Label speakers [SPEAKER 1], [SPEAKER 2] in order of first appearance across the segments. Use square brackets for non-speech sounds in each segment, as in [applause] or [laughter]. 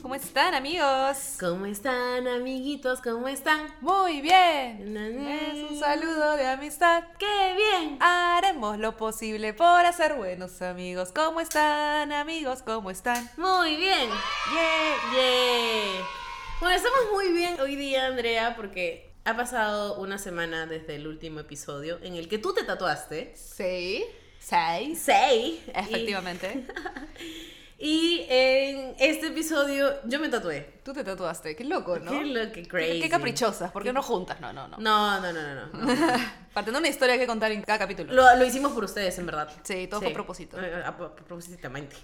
[SPEAKER 1] ¿Cómo están amigos?
[SPEAKER 2] ¿Cómo están, amiguitos? ¿Cómo están?
[SPEAKER 1] Muy bien.
[SPEAKER 2] Na, na.
[SPEAKER 1] Es un saludo de amistad.
[SPEAKER 2] ¡Qué bien!
[SPEAKER 1] Haremos lo posible por hacer buenos amigos. ¿Cómo están amigos? ¿Cómo están?
[SPEAKER 2] Muy bien.
[SPEAKER 1] Yeah.
[SPEAKER 2] Yeah. Bueno, estamos muy bien hoy día, Andrea, porque ha pasado una semana desde el último episodio en el que tú te tatuaste.
[SPEAKER 1] Sí. Seis.
[SPEAKER 2] Sí.
[SPEAKER 1] Efectivamente.
[SPEAKER 2] Y, y en este episodio yo me tatué.
[SPEAKER 1] [laughs] Tú te tatuaste. Qué loco, ¿no?
[SPEAKER 2] Qué lo que
[SPEAKER 1] Qué-
[SPEAKER 2] crazy.
[SPEAKER 1] Qué caprichosas. ¿Por qué no juntas? No, no, no.
[SPEAKER 2] No, no, no, no, no.
[SPEAKER 1] [laughs] Partiendo una historia que contar en cada capítulo.
[SPEAKER 2] Lo, lo hicimos por ustedes, en verdad.
[SPEAKER 1] Sí, todo fue a propósito.
[SPEAKER 2] Eh, A, pro- propósitamente.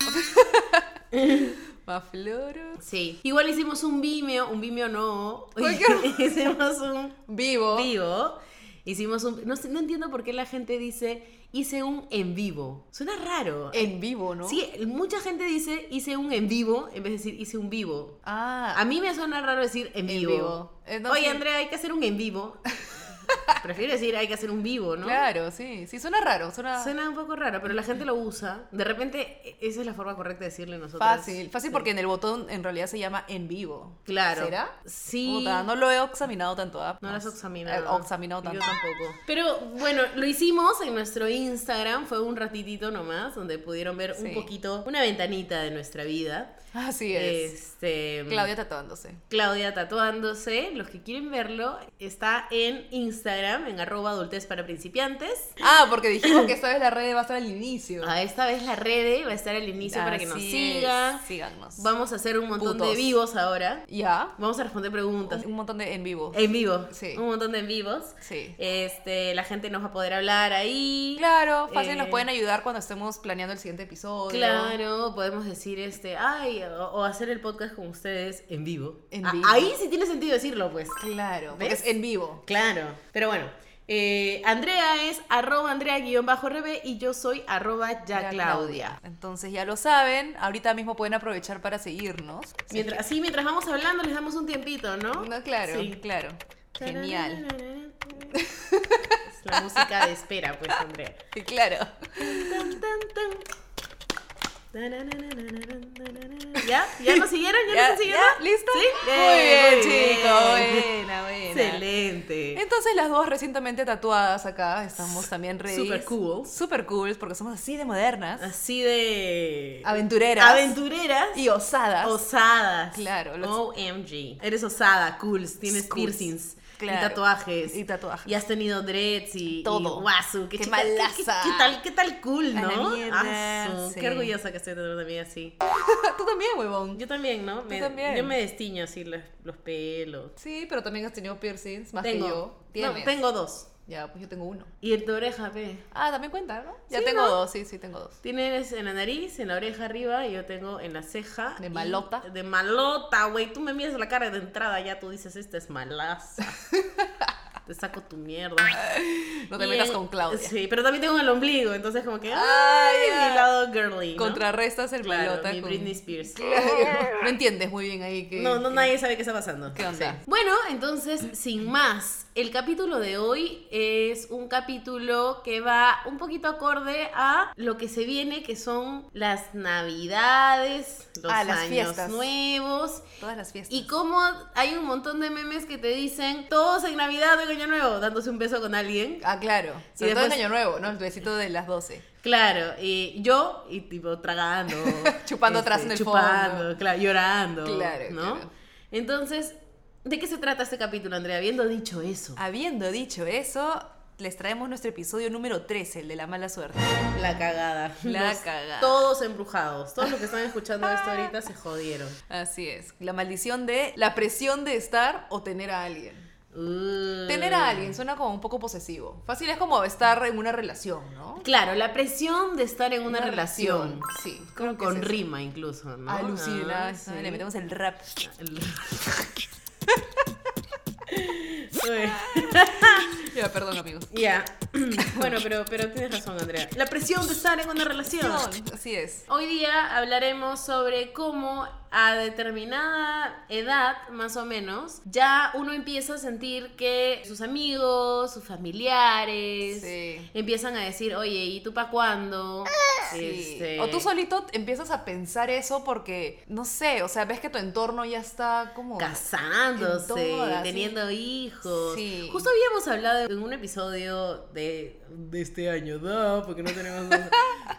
[SPEAKER 1] Mafloro.
[SPEAKER 2] Sí. Igual hicimos un Vimeo, un Vimeo no.
[SPEAKER 1] Ay,
[SPEAKER 2] [laughs]
[SPEAKER 1] qué Oh.
[SPEAKER 2] hicimos un
[SPEAKER 1] Vivo.
[SPEAKER 2] vivo. Hicimos un. No, sé- no entiendo por qué la gente dice hice un en vivo. Suena raro.
[SPEAKER 1] En vivo, Eh, ¿no?
[SPEAKER 2] Sí, mucha gente dice hice un en vivo en vez de decir hice un vivo.
[SPEAKER 1] Ah.
[SPEAKER 2] A mí me suena raro decir en vivo.
[SPEAKER 1] vivo. Eh, no,
[SPEAKER 2] Oye,
[SPEAKER 1] sí.
[SPEAKER 2] Andrea, hay que hacer un en
[SPEAKER 1] [laughs]
[SPEAKER 2] vivo. Prefiero decir hay que hacer un vivo, ¿no?
[SPEAKER 1] Claro, sí. Sí, suena raro. Suena,
[SPEAKER 2] Suena un poco raro, pero la gente lo usa. De repente, e- esa es la forma correcta de decirle nosotros.
[SPEAKER 1] fácil. Fácil porque en el botón en realidad se llama en vivo.
[SPEAKER 2] Claro.
[SPEAKER 1] ¿Será?
[SPEAKER 2] Sí.
[SPEAKER 1] Puta, no lo he examinado tanto. ¿ah?
[SPEAKER 2] No las
[SPEAKER 1] Más.
[SPEAKER 2] examinado.
[SPEAKER 1] Eh, examinado
[SPEAKER 2] Yo
[SPEAKER 1] tanto.
[SPEAKER 2] tampoco. Pero bueno, lo hicimos en nuestro Instagram. Fue un ratitito nomás, donde pudieron ver un
[SPEAKER 1] Sí.
[SPEAKER 2] poquito, una ventanita de nuestra vida.
[SPEAKER 1] [laughs] Así es.
[SPEAKER 2] Este,
[SPEAKER 1] Claudia tatuándose.
[SPEAKER 2] Claudia tatuándose. Los que quieren verlo, está en Instagram, en arroba adultez para principiantes.
[SPEAKER 1] Ah,
[SPEAKER 2] [laughs]
[SPEAKER 1] porque dijimos que esta vez la red va a estar al inicio.
[SPEAKER 2] A esta vez la red va a estar al inicio para que nos
[SPEAKER 1] Así es.
[SPEAKER 2] sigan.
[SPEAKER 1] Síganos.
[SPEAKER 2] Vamos a hacer un montón de
[SPEAKER 1] Putos.
[SPEAKER 2] vivos ahora.
[SPEAKER 1] Ya.
[SPEAKER 2] Vamos a responder preguntas.
[SPEAKER 1] Un montón de en vivo.
[SPEAKER 2] En vivo.
[SPEAKER 1] Sí.
[SPEAKER 2] Un montón de en vivos.
[SPEAKER 1] Sí.
[SPEAKER 2] Este, la gente nos va a poder hablar ahí.
[SPEAKER 1] Claro, fácil
[SPEAKER 2] Eh.
[SPEAKER 1] nos pueden ayudar cuando estemos planeando el siguiente episodio.
[SPEAKER 2] Claro, podemos decir este, ay, o, o hacer el podcast con ustedes en vivo.
[SPEAKER 1] En
[SPEAKER 2] A-
[SPEAKER 1] vivo.
[SPEAKER 2] ahí sí tiene sentido decirlo, pues.
[SPEAKER 1] Claro. Porque
[SPEAKER 2] ¿Ves?
[SPEAKER 1] es en vivo.
[SPEAKER 2] Claro. Pero bueno, eh, Andrea es arroba Andrea-rebe y yo soy arroba ya
[SPEAKER 1] Ya,
[SPEAKER 2] Claudia.
[SPEAKER 1] Entonces ya lo saben. Ahorita mismo pueden aprovechar para seguirnos. Si es que-
[SPEAKER 2] Mientras, así mientras vamos hablando les damos un tiempito, ¿no?
[SPEAKER 1] No, claro,
[SPEAKER 2] Sí.
[SPEAKER 1] claro. Genial.
[SPEAKER 2] Es la música de espera, pues, [laughs] Andrea.
[SPEAKER 1] Sí, claro.
[SPEAKER 2] ¿Ya? ¿Ya nos siguieron? ¿Ya, nos han seguido?
[SPEAKER 1] ¿Listo?
[SPEAKER 2] ¿Sí?
[SPEAKER 1] Muy bien,
[SPEAKER 2] muy bien.
[SPEAKER 1] chicos. Buena, buena.
[SPEAKER 2] Excelente.
[SPEAKER 1] Entonces las dos recientemente tatuadas acá, estamos también ready.
[SPEAKER 2] Super cool.
[SPEAKER 1] Super cool, porque somos así de modernas,
[SPEAKER 2] Así de...
[SPEAKER 1] aventureras
[SPEAKER 2] Aventureras.
[SPEAKER 1] y osadas.
[SPEAKER 2] osadas.
[SPEAKER 1] Claro, los-
[SPEAKER 2] OMG. Eres osada, cool. Tienes
[SPEAKER 1] Cool.
[SPEAKER 2] piercings. Y
[SPEAKER 1] Claro.
[SPEAKER 2] tatuajes.
[SPEAKER 1] Y tatuajes.
[SPEAKER 2] Y has tenido dreads y.
[SPEAKER 1] Todo.
[SPEAKER 2] Y guasu. Qué,
[SPEAKER 1] Qué
[SPEAKER 2] chica- qué-
[SPEAKER 1] malaza.
[SPEAKER 2] Qué, qué tal, qué tal cool,
[SPEAKER 1] A la
[SPEAKER 2] ¿no?
[SPEAKER 1] mierda,
[SPEAKER 2] Asu,
[SPEAKER 1] sí.
[SPEAKER 2] Qué orgullosa que estoy de tener una amiga así.
[SPEAKER 1] Tú también, huevón.
[SPEAKER 2] Yo también, ¿no? Me-
[SPEAKER 1] también.
[SPEAKER 2] Yo me destiño así los, los pelos.
[SPEAKER 1] Sí, pero también has tenido piercings, más que yo.
[SPEAKER 2] Tengo. No,
[SPEAKER 1] ¿Tienes?
[SPEAKER 2] tengo dos.
[SPEAKER 1] Ya, pues yo tengo uno.
[SPEAKER 2] Y en tu oreja, ve.
[SPEAKER 1] Ah, también cuenta, ¿no? Ya
[SPEAKER 2] Sí,
[SPEAKER 1] tengo
[SPEAKER 2] ¿no?
[SPEAKER 1] dos, sí, sí, tengo dos.
[SPEAKER 2] Tienes en la nariz, en la oreja arriba, y yo tengo en la ceja.
[SPEAKER 1] De
[SPEAKER 2] y-
[SPEAKER 1] malota.
[SPEAKER 2] De malota, güey. Tú me miras la cara de entrada, ya tú dices, esta es
[SPEAKER 1] [laughs]
[SPEAKER 2] malaza. te saco tu mierda.
[SPEAKER 1] No te
[SPEAKER 2] Y
[SPEAKER 1] metas
[SPEAKER 2] en-
[SPEAKER 1] con Claudia.
[SPEAKER 2] Sí, pero también tengo en el ombligo, entonces como que, ay,
[SPEAKER 1] Ah, ya.
[SPEAKER 2] mi lado girly. ¿no?
[SPEAKER 1] Contrarrestas el
[SPEAKER 2] Claro,
[SPEAKER 1] malota
[SPEAKER 2] mi
[SPEAKER 1] con-
[SPEAKER 2] Britney Spears.
[SPEAKER 1] [laughs] Claro. No entiendes muy bien ahí que...
[SPEAKER 2] No, no, nadie sabe qué está pasando.
[SPEAKER 1] ¿Qué onda?
[SPEAKER 2] Sí. Bueno, entonces, sin más, el capítulo de hoy es un capítulo que va un poquito acorde a lo que se viene, que son las navidades, los
[SPEAKER 1] Ah, las
[SPEAKER 2] años
[SPEAKER 1] fiestas.
[SPEAKER 2] nuevos.
[SPEAKER 1] Todas las fiestas.
[SPEAKER 2] Y como hay un montón de memes que te dicen todos en Navidad o en Año Nuevo, dándose un beso con alguien.
[SPEAKER 1] Ah, claro. Sobre todo en
[SPEAKER 2] después-
[SPEAKER 1] Año Nuevo, ¿no? El besito de las 12.
[SPEAKER 2] Claro, y yo, y tipo, tragando.
[SPEAKER 1] [laughs] Chupando atrás en el
[SPEAKER 2] chupando,
[SPEAKER 1] fondo.
[SPEAKER 2] claro, llorando.
[SPEAKER 1] Claro,
[SPEAKER 2] ¿no?
[SPEAKER 1] claro.
[SPEAKER 2] Entonces, ¿de qué se trata este capítulo, Andrea? Habiendo dicho eso,
[SPEAKER 1] Habiendo dicho eso, les traemos nuestro episodio número 13, el de la mala suerte.
[SPEAKER 2] la cagada.
[SPEAKER 1] La cagada.
[SPEAKER 2] Todos embrujados. Todos los
[SPEAKER 1] [laughs]
[SPEAKER 2] que están escuchando esto ahorita se jodieron.
[SPEAKER 1] Así es. La maldición de la presión de estar o tener a alguien.
[SPEAKER 2] Uh.
[SPEAKER 1] Tener a alguien suena como un poco posesivo. Fácil es como estar en una relación, ¿no?
[SPEAKER 2] Claro, la presión de estar en una,
[SPEAKER 1] Una
[SPEAKER 2] relación.
[SPEAKER 1] relación, sí,
[SPEAKER 2] Con,
[SPEAKER 1] creo que
[SPEAKER 2] con
[SPEAKER 1] es eso.
[SPEAKER 2] rima incluso, ¿no?
[SPEAKER 1] Alucina.
[SPEAKER 2] Ah, sí.
[SPEAKER 1] Le metemos el rap. [laughs]
[SPEAKER 2] Uy.
[SPEAKER 1] Ya, perdón, amigos.
[SPEAKER 2] Ya. [clears throat] bueno, pero, pero tienes razón, Andrea. La presión de estar en una relación.
[SPEAKER 1] Así es.
[SPEAKER 2] Hoy día hablaremos sobre cómo a determinada edad, más o menos, ya uno empieza a sentir que sus amigos, sus familiares,
[SPEAKER 1] Sí.
[SPEAKER 2] empiezan a decir, oye, ¿y tú para cuándo?
[SPEAKER 1] Ah, Sí.
[SPEAKER 2] Este,
[SPEAKER 1] O tú solito empiezas a pensar eso porque, no sé, o sea, ves que tu entorno ya está como...
[SPEAKER 2] casándose,
[SPEAKER 1] En todas, sí.
[SPEAKER 2] teniendo hijos.
[SPEAKER 1] Sí.
[SPEAKER 2] Justo habíamos hablado en un episodio de, de este año, no, porque no tenemos
[SPEAKER 1] [laughs]
[SPEAKER 2] dos.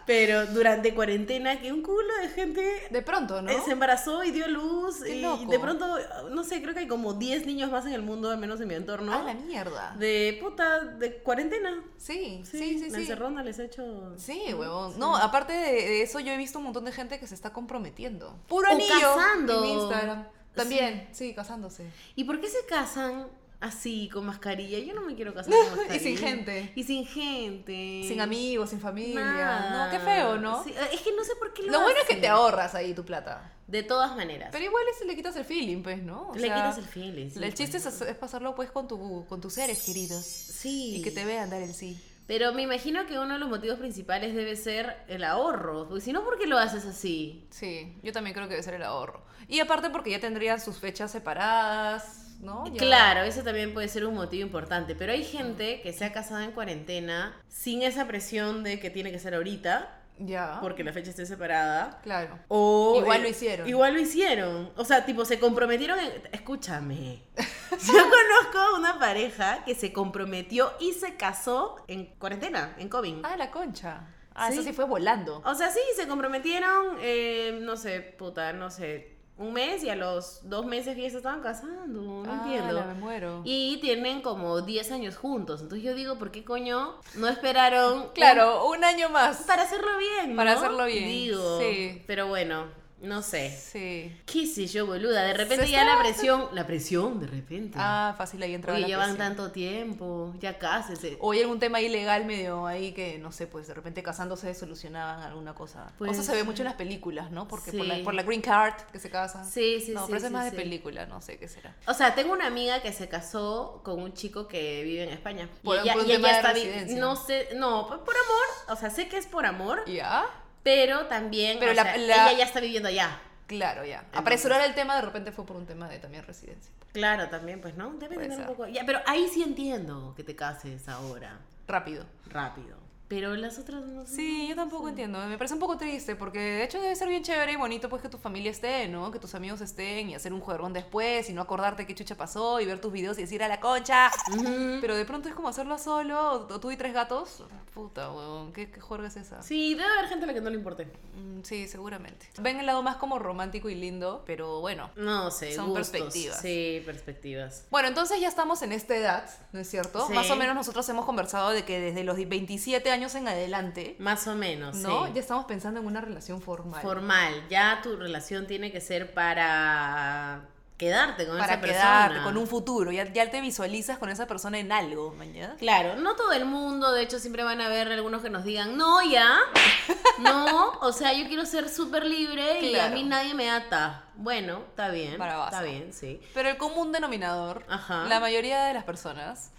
[SPEAKER 2] pero durante cuarentena que un culo de gente
[SPEAKER 1] De pronto, ¿no?
[SPEAKER 2] eh, se embarazó y dio luz
[SPEAKER 1] Qué
[SPEAKER 2] y
[SPEAKER 1] loco.
[SPEAKER 2] de pronto, no sé, creo que hay como 10 niños más en el mundo, al menos en mi entorno.
[SPEAKER 1] A Ah, la mierda.
[SPEAKER 2] de puta, de cuarentena.
[SPEAKER 1] Sí, sí,
[SPEAKER 2] Sí,
[SPEAKER 1] sí,
[SPEAKER 2] la
[SPEAKER 1] sí.
[SPEAKER 2] encerrona les he hecho.
[SPEAKER 1] Sí, huevón. No, aparte de, de eso, yo he visto un montón de gente que se está comprometiendo. Puro
[SPEAKER 2] O
[SPEAKER 1] anillo
[SPEAKER 2] casando.
[SPEAKER 1] en Instagram. También, sí, casándose.
[SPEAKER 2] ¿Y por qué se casan así, con mascarilla? Yo no me quiero [laughs] casar con mascarilla.
[SPEAKER 1] Y sin gente.
[SPEAKER 2] Y sin gente.
[SPEAKER 1] Sin amigos, sin familia.
[SPEAKER 2] Nada.
[SPEAKER 1] No, qué feo, ¿no?
[SPEAKER 2] Sí, Es que no sé por qué lo
[SPEAKER 1] Lo bueno es que
[SPEAKER 2] hacen.
[SPEAKER 1] te ahorras ahí tu plata.
[SPEAKER 2] De todas maneras.
[SPEAKER 1] Pero igual es- le quitas el feeling, pues, ¿no? O
[SPEAKER 2] le
[SPEAKER 1] sea,
[SPEAKER 2] quitas el feeling. sí,
[SPEAKER 1] El chiste es,
[SPEAKER 2] pues.
[SPEAKER 1] hacer- es pasarlo, pues, con, tu, con tus seres queridos.
[SPEAKER 2] Sí.
[SPEAKER 1] Y que te vean dar el sí.
[SPEAKER 2] Pero me imagino que uno de los motivos principales debe ser el ahorro. Porque si no, ¿por qué lo haces así?
[SPEAKER 1] Sí, yo también creo que debe ser el ahorro. Y aparte porque ya tendrían sus fechas separadas, ¿no? Ya-
[SPEAKER 2] Claro, ese también puede ser un motivo importante. Pero hay gente que se ha casado en cuarentena sin esa presión de que tiene que ser ahorita,
[SPEAKER 1] Ya.
[SPEAKER 2] porque la fecha esté separada.
[SPEAKER 1] Claro.
[SPEAKER 2] O,
[SPEAKER 1] Ah.
[SPEAKER 2] eh,
[SPEAKER 1] Igual lo hicieron.
[SPEAKER 2] Igual lo hicieron. O sea, tipo, se comprometieron. en- Escúchame. [laughs] Yo conozco una pareja que se comprometió y se casó en cuarentena, en COVID.
[SPEAKER 1] Ah, la concha. Ah,
[SPEAKER 2] Sí.
[SPEAKER 1] eso sí fue volando.
[SPEAKER 2] O sea, sí, se comprometieron, eh, no sé, puta, no sé, un mes y a los dos meses que se estaban casando. No
[SPEAKER 1] Ah,
[SPEAKER 2] entiendo.
[SPEAKER 1] la me muero.
[SPEAKER 2] Y tienen como 10 años juntos. Entonces yo digo, ¿por qué coño no esperaron?
[SPEAKER 1] Claro, un año más.
[SPEAKER 2] un- Para hacerlo bien.
[SPEAKER 1] Para
[SPEAKER 2] ¿no?
[SPEAKER 1] hacerlo bien,
[SPEAKER 2] Digo.
[SPEAKER 1] sí.
[SPEAKER 2] Pero bueno, no sé.
[SPEAKER 1] Sí.
[SPEAKER 2] ¿Qué sé yo, boluda? De repente
[SPEAKER 1] Se
[SPEAKER 2] ya
[SPEAKER 1] está-
[SPEAKER 2] la presión. La presión, de repente.
[SPEAKER 1] Ah, fácil ahí entraba
[SPEAKER 2] Oye,
[SPEAKER 1] la
[SPEAKER 2] llevan
[SPEAKER 1] presión.
[SPEAKER 2] tanto tiempo. Ya cásese.
[SPEAKER 1] O hay algún tema ilegal medio ahí que, no sé, pues de repente casándose solucionaban alguna cosa.
[SPEAKER 2] Pues-
[SPEAKER 1] eso se ve mucho en las películas, ¿no? Porque por, la,
[SPEAKER 2] Sí.
[SPEAKER 1] por la green card que se casan.
[SPEAKER 2] Sí, sí,
[SPEAKER 1] no,
[SPEAKER 2] sí,
[SPEAKER 1] pero eso es
[SPEAKER 2] sí,
[SPEAKER 1] más
[SPEAKER 2] sí.
[SPEAKER 1] de película, no sé qué será.
[SPEAKER 2] O sea, tengo una amiga que se casó con un chico que vive en España. Y
[SPEAKER 1] Por-
[SPEAKER 2] ella-
[SPEAKER 1] por un
[SPEAKER 2] y ella
[SPEAKER 1] tema de
[SPEAKER 2] está vi-
[SPEAKER 1] residencia.
[SPEAKER 2] No sé, no, por por amor. O sea, sé que es por amor,
[SPEAKER 1] ¿Ya?
[SPEAKER 2] pero también
[SPEAKER 1] Pero
[SPEAKER 2] o
[SPEAKER 1] la-
[SPEAKER 2] sea,
[SPEAKER 1] la-
[SPEAKER 2] ella ya está viviendo allá.
[SPEAKER 1] Claro, ya.
[SPEAKER 2] Entonces-
[SPEAKER 1] Apresurar el tema de repente fue por un tema de también residencia.
[SPEAKER 2] Claro, también, pues, ¿no? Debe
[SPEAKER 1] Puede
[SPEAKER 2] tener un
[SPEAKER 1] ser.
[SPEAKER 2] poco. Ya, pero ahí sí entiendo que te cases ahora,
[SPEAKER 1] Rápido.
[SPEAKER 2] rápido. Pero las otras no sé.
[SPEAKER 1] Sí, yo tampoco entiendo. Me parece un poco triste porque de hecho debe ser bien chévere y bonito pues que tu familia esté, ¿no? Que tus amigos estén y hacer un juergón después y no acordarte qué chucha pasó y ver tus videos y decir a la concha.
[SPEAKER 2] Ujú.
[SPEAKER 1] Pero de pronto es como hacerlo solo, o o tú y tres gatos. Puta, weón, ¿qué, qué juerga es esa?
[SPEAKER 2] Sí, debe haber gente a la que no le importe.
[SPEAKER 1] Mm, sí, seguramente. Ven el lado más como romántico y lindo, pero bueno.
[SPEAKER 2] No sé,
[SPEAKER 1] Son
[SPEAKER 2] gustos.
[SPEAKER 1] perspectivas.
[SPEAKER 2] Sí, perspectivas.
[SPEAKER 1] Bueno, entonces ya estamos en esta edad, ¿no es cierto?
[SPEAKER 2] Sí.
[SPEAKER 1] Más o menos nosotros hemos conversado de que desde los 27 años en adelante,
[SPEAKER 2] Más o menos,
[SPEAKER 1] ¿no?
[SPEAKER 2] Mm, sí.
[SPEAKER 1] Ya estamos pensando en una relación formal.
[SPEAKER 2] Formal, ya tu relación tiene que ser para quedarte con
[SPEAKER 1] para
[SPEAKER 2] esa
[SPEAKER 1] quedarte
[SPEAKER 2] persona.
[SPEAKER 1] con un futuro. Ya, ya te visualizas con esa persona en algo, mañana.
[SPEAKER 2] Claro, no todo el mundo, de hecho siempre van a haber algunos que nos digan, no,
[SPEAKER 1] [laughs]
[SPEAKER 2] ya, no, o sea, yo quiero ser súper libre y a
[SPEAKER 1] Claro.
[SPEAKER 2] mí nadie me ata. Bueno, está bien,
[SPEAKER 1] Bravazo.
[SPEAKER 2] está bien, sí.
[SPEAKER 1] Pero el común denominador,
[SPEAKER 2] Ajá.
[SPEAKER 1] la mayoría de las personas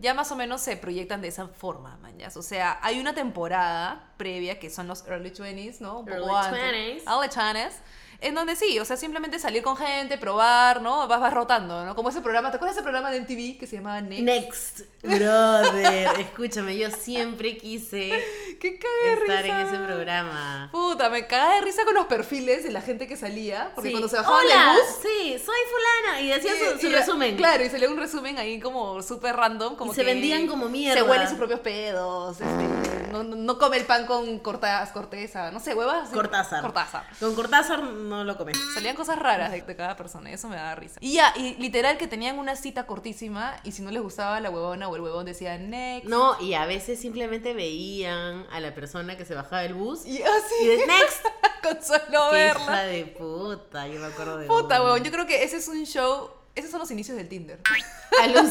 [SPEAKER 1] ya más o menos se proyectan de esa forma, mañas. O sea, hay una temporada previa que son los early 20s, ¿no? Un poco
[SPEAKER 2] Early
[SPEAKER 1] antes.
[SPEAKER 2] 20s.
[SPEAKER 1] Early 20s. En donde sí, o sea, simplemente salir con gente, probar, ¿no? Vas, vas rotando, ¿no? Como ese programa, ¿te acuerdas de ese programa de MTV que se llamaba Next?
[SPEAKER 2] Next, brother, [laughs] escúchame, yo siempre quise
[SPEAKER 1] [laughs] ¡Qué cague de
[SPEAKER 2] estar en
[SPEAKER 1] risa!
[SPEAKER 2] ese programa.
[SPEAKER 1] Puta, me cagaba de risa con los perfiles de la gente que salía, porque
[SPEAKER 2] Sí.
[SPEAKER 1] cuando se bajaban del
[SPEAKER 2] Hola,
[SPEAKER 1] bus,
[SPEAKER 2] sí, soy fulana, y decía su,
[SPEAKER 1] Y-
[SPEAKER 2] su
[SPEAKER 1] y-
[SPEAKER 2] resumen.
[SPEAKER 1] Claro, y salió un resumen ahí como súper random. Como
[SPEAKER 2] Y se
[SPEAKER 1] que
[SPEAKER 2] vendían como mierda.
[SPEAKER 1] Se huelen sus propios pedos. este, no, no- no come el pan con cortas, corteza. No sé, huevas. así.
[SPEAKER 2] Cortázar.
[SPEAKER 1] Cortázar.
[SPEAKER 2] Con Cortázar no lo comes.
[SPEAKER 1] Salían cosas raras de, de cada persona, y eso me daba risa. Y ya, y literal que tenían una cita cortísima y si no les gustaba la huevona o el huevón decía next.
[SPEAKER 2] No, y a veces simplemente veían a la persona que se bajaba del bus
[SPEAKER 1] Y
[SPEAKER 2] y
[SPEAKER 1] así,
[SPEAKER 2] de next.
[SPEAKER 1] [laughs] con solo
[SPEAKER 2] ¡Qué
[SPEAKER 1] verla.
[SPEAKER 2] hija de puta! Yo me acuerdo de
[SPEAKER 1] Puta,
[SPEAKER 2] una.
[SPEAKER 1] huevón, yo creo que ese es un show. Esos son los inicios del Tinder.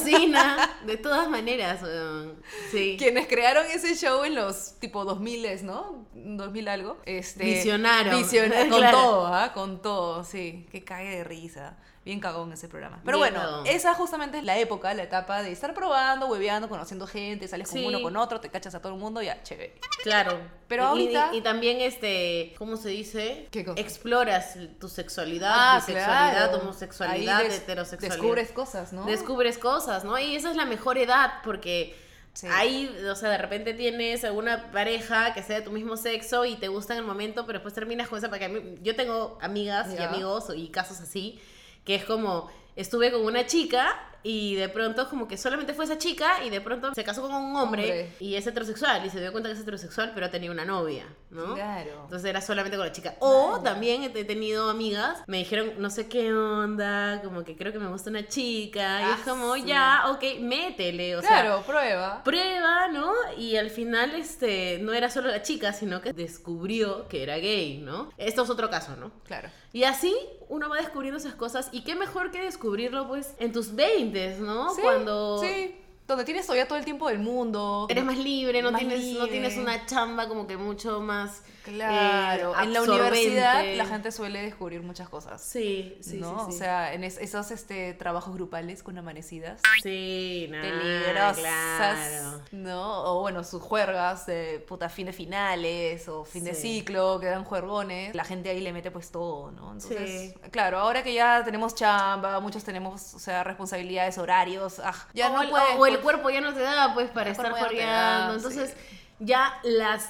[SPEAKER 2] Alucina, de todas maneras, weón. Sí.
[SPEAKER 1] Quienes crearon ese show en los tipo 2000, ¿no? 2000 algo. Este,
[SPEAKER 2] Visionaron.
[SPEAKER 1] visiona- con
[SPEAKER 2] Claro.
[SPEAKER 1] todo, ¿ah? Con todo, sí. Que cague de risa. Bien cagón ese programa. Pero
[SPEAKER 2] Bien
[SPEAKER 1] bueno,
[SPEAKER 2] cagón.
[SPEAKER 1] esa justamente es la época, la etapa de estar probando, hueveando, conociendo gente, sales
[SPEAKER 2] Sí.
[SPEAKER 1] con uno, con otro, te cachas a todo el mundo, ya, chévere.
[SPEAKER 2] Claro.
[SPEAKER 1] Pero
[SPEAKER 2] Y- y-
[SPEAKER 1] ahorita-
[SPEAKER 2] Y, también, este, ¿cómo se dice?
[SPEAKER 1] ¿Qué cosa? Ah,
[SPEAKER 2] Exploras tu sexualidad, bisexualidad,
[SPEAKER 1] claro.
[SPEAKER 2] Ah, homosexualidad,
[SPEAKER 1] Ahí des-
[SPEAKER 2] heterosexualidad.
[SPEAKER 1] Descubres cosas, ¿no?
[SPEAKER 2] Descubres cosas, ¿no? Y esa es la mejor edad, porque
[SPEAKER 1] Sí.
[SPEAKER 2] ahí, o sea, de repente tienes alguna pareja que sea de tu mismo sexo y te gusta en el momento, pero después terminas con esa. Porque a mí- yo tengo amigas y
[SPEAKER 1] Ya.
[SPEAKER 2] amigos y casos así, que es como, estuve con una chica. Y de pronto, como que solamente fue esa chica, y de pronto se casó con un hombre,
[SPEAKER 1] Hombre.
[SPEAKER 2] y es heterosexual, y se dio cuenta que es heterosexual, pero ha tenido una novia, ¿no?
[SPEAKER 1] Claro.
[SPEAKER 2] Entonces era solamente con la
[SPEAKER 1] Ah,
[SPEAKER 2] chica. O también he he tenido amigas, me dijeron, no sé qué onda, como que creo que me gusta una chica. Y
[SPEAKER 1] Ah,
[SPEAKER 2] es como,
[SPEAKER 1] sí.
[SPEAKER 2] ya, ok, métele. O
[SPEAKER 1] claro, prueba.
[SPEAKER 2] sea, prueba, ¿no? Y al final, este, no era solo la chica, sino que descubrió que era gay, ¿no? Esto es otro caso, ¿no?
[SPEAKER 1] Claro.
[SPEAKER 2] Y así uno va descubriendo esas cosas. Y qué mejor que descubrirlo, pues, en tus 20, ¿no?
[SPEAKER 1] Sí,
[SPEAKER 2] Cuando.
[SPEAKER 1] Sí. Donde tienes todavía todo el tiempo del mundo.
[SPEAKER 2] Eres más libre, no,
[SPEAKER 1] Más
[SPEAKER 2] tienes, no
[SPEAKER 1] libre.
[SPEAKER 2] tienes una chamba como que mucho más.
[SPEAKER 1] Claro,
[SPEAKER 2] eh,
[SPEAKER 1] en la
[SPEAKER 2] absorbente.
[SPEAKER 1] universidad la gente suele descubrir muchas cosas.
[SPEAKER 2] Sí, sí,
[SPEAKER 1] ¿no?
[SPEAKER 2] sí, sí.
[SPEAKER 1] O sea, en es- esos este, trabajos grupales con amanecidas.
[SPEAKER 2] Sí, nada,
[SPEAKER 1] Peligrosas,
[SPEAKER 2] Ah, claro.
[SPEAKER 1] ¿no? O bueno, sus juergas de puta fin de finales o fin de
[SPEAKER 2] Sí.
[SPEAKER 1] ciclo, que dan juergones. La gente ahí le mete pues todo, ¿no? Entonces,
[SPEAKER 2] Sí.
[SPEAKER 1] claro, ahora que ya tenemos chamba, muchos tenemos, o sea, responsabilidades, horarios, ah, ya
[SPEAKER 2] o,
[SPEAKER 1] no
[SPEAKER 2] el,
[SPEAKER 1] puedes,
[SPEAKER 2] o el
[SPEAKER 1] pues,
[SPEAKER 2] cuerpo ya no te da, pues, para
[SPEAKER 1] El
[SPEAKER 2] estar
[SPEAKER 1] cuerpo ya no te
[SPEAKER 2] joreando.
[SPEAKER 1] da,
[SPEAKER 2] Entonces,
[SPEAKER 1] sí.
[SPEAKER 2] ya las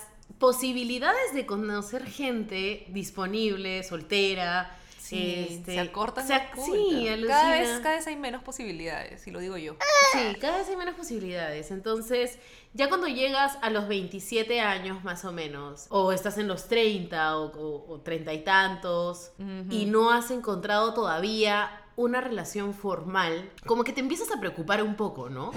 [SPEAKER 2] posibilidades de conocer gente disponible, soltera,
[SPEAKER 1] Sí,
[SPEAKER 2] este,
[SPEAKER 1] se acortan.
[SPEAKER 2] se
[SPEAKER 1] las
[SPEAKER 2] ac-
[SPEAKER 1] putas.
[SPEAKER 2] Sí,
[SPEAKER 1] cada
[SPEAKER 2] alucina.
[SPEAKER 1] vez, cada vez hay menos posibilidades, y lo digo yo.
[SPEAKER 2] Sí, cada vez hay menos posibilidades. Entonces, ya cuando llegas a los 27 años más o menos, o estás en los 30 o- o o treinta y tantos,
[SPEAKER 1] Ujú.
[SPEAKER 2] y no has encontrado todavía una relación formal, como que te empiezas a preocupar un poco, ¿no?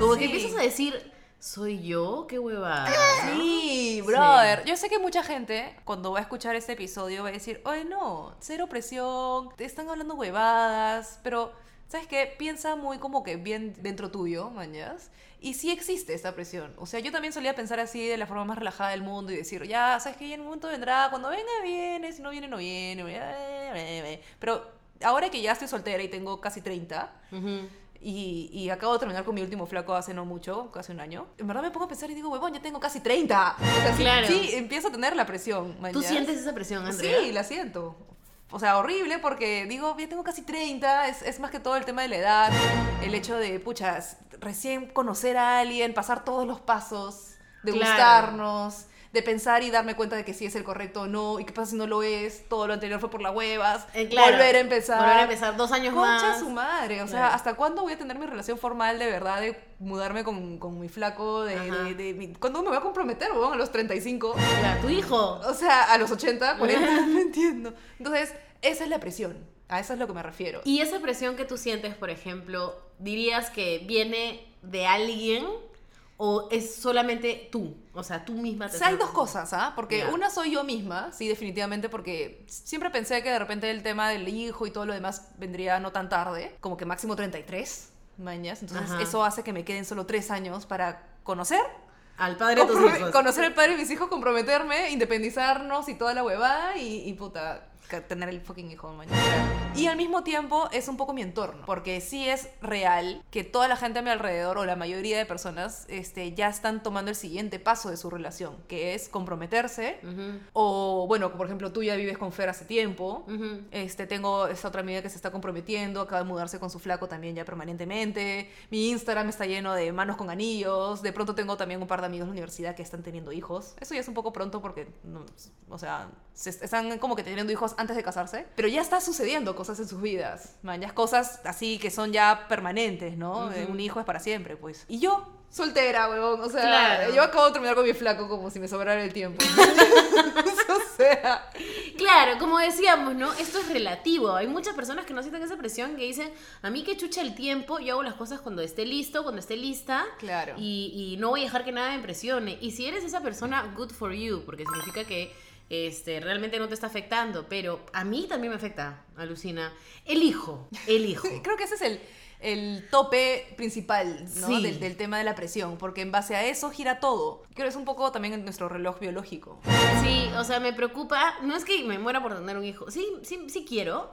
[SPEAKER 2] Como que
[SPEAKER 1] Sí.
[SPEAKER 2] empiezas a decir, soy yo, qué
[SPEAKER 1] [laughs]
[SPEAKER 2] huevada. ¿no?
[SPEAKER 1] Sí, brother. Yo sé que mucha gente, cuando va a escuchar este episodio, va a decir, oye, no, cero presión, te están hablando huevadas, pero, ¿sabes qué? Piensa muy como que bien dentro tuyo, mañas. Y sí existe esa presión. O sea, yo también solía pensar así de la forma más relajada del mundo y decir, ya, ¿sabes qué? Ya en un momento vendrá, cuando venga, viene, si no viene, no viene. Pero ahora que ya estoy soltera y tengo casi 30,
[SPEAKER 2] Ujú.
[SPEAKER 1] y, y acabo de terminar con mi último flaco hace no mucho, casi un año. En verdad me pongo a pensar y digo, huevón, ya tengo casi 30. O sea, sí-
[SPEAKER 2] Claro.
[SPEAKER 1] Sí, empiezo a tener la presión.
[SPEAKER 2] ¿Tú
[SPEAKER 1] mañas.
[SPEAKER 2] sientes esa presión, Andrea?
[SPEAKER 1] Sí, la siento. O sea, horrible porque digo, ya tengo casi 30, es, es más que todo el tema de la edad, el hecho de, puchas, recién conocer a alguien, pasar todos los pasos, de
[SPEAKER 2] Claro.
[SPEAKER 1] gustarnos, de pensar y darme cuenta de que sí es el correcto o no, y qué pasa si no lo es, todo lo anterior fue por las huevas,
[SPEAKER 2] Eh, claro.
[SPEAKER 1] volver a empezar.
[SPEAKER 2] Volver a empezar dos años
[SPEAKER 1] Concha
[SPEAKER 2] más.
[SPEAKER 1] su madre, o sea,
[SPEAKER 2] Claro.
[SPEAKER 1] ¿hasta cuándo voy a tener mi relación formal de verdad de mudarme con, con mi flaco? De,
[SPEAKER 2] Ajá.
[SPEAKER 1] de- de mi- ¿Cuándo me voy a comprometer, huevón? A los 35,
[SPEAKER 2] Claro, tu hijo.
[SPEAKER 1] o sea, a los 80, 40, [laughs] no entiendo. Entonces, esa es la presión, a eso es lo que me refiero.
[SPEAKER 2] Y esa presión que tú sientes, por ejemplo, dirías que viene de alguien o es solamente tú, o sea, tú misma.
[SPEAKER 1] O
[SPEAKER 2] Te
[SPEAKER 1] sea, hay
[SPEAKER 2] sientes-
[SPEAKER 1] dos cosas, ¿ah? Porque
[SPEAKER 2] Ya.
[SPEAKER 1] una soy yo misma, sí, definitivamente, porque siempre pensé que de repente el tema del hijo y todo lo demás vendría no tan tarde, como que máximo 33 mañas, entonces
[SPEAKER 2] Ajá.
[SPEAKER 1] eso hace que me queden solo tres años para conocer
[SPEAKER 2] Al padre de tus
[SPEAKER 1] Comprome-
[SPEAKER 2] hijos.
[SPEAKER 1] Conocer al padre de mis hijos, comprometerme, independizarnos y toda la huevada y, y puta, ca- tener el fucking hijo mañana. Y al mismo tiempo es un poco mi entorno, porque sí es real que toda la gente a mi alrededor o la mayoría de personas este, ya están tomando el siguiente paso de su relación, que es comprometerse.
[SPEAKER 2] Ujú,
[SPEAKER 1] O bueno, por ejemplo, tú ya vives con Fer hace tiempo.
[SPEAKER 2] ujú.
[SPEAKER 1] Este, tengo esta otra amiga que se está comprometiendo, acaba de mudarse con su flaco también ya permanentemente. Mi Instagram está lleno de manos con anillos. De pronto tengo también un par de amigos de la universidad que están teniendo hijos. Eso ya es un poco pronto porque, no, o sea, se est- están como que teniendo hijos antes de casarse. Pero ya está sucediendo cosas en sus vidas. Man, ya es cosas así que son ya permanentes, ¿no? Eh,
[SPEAKER 2] Ujú.
[SPEAKER 1] Un hijo es para siempre, pues. Y yo, soltera, huevón. O sea,
[SPEAKER 2] Claro.
[SPEAKER 1] yo acabo de terminar con mi flaco como si me sobrara el [laughs] tiempo. o sea.
[SPEAKER 2] Claro, como decíamos, ¿no? Esto es relativo. Hay muchas personas que no sienten esa presión que dicen, a mí que chucha el tiempo, yo hago las cosas cuando esté listo, cuando esté lista.
[SPEAKER 1] Claro.
[SPEAKER 2] Y, y no voy a dejar que nada me impresione. Y si eres esa persona, good for you, porque significa que este, realmente no te está
[SPEAKER 1] [laughs]
[SPEAKER 2] afectando. Pero a mí también me afecta, alucina. El hijo, el hijo.
[SPEAKER 1] Creo que ese es el, el tope principal ¿no?
[SPEAKER 2] Sí.
[SPEAKER 1] del, del tema de la presión, porque en base a eso gira todo. Creo que es un poco también nuestro reloj biológico.
[SPEAKER 2] Sí, o sea, me preocupa. No es que me muera por tener un hijo. Sí, sí, sí quiero,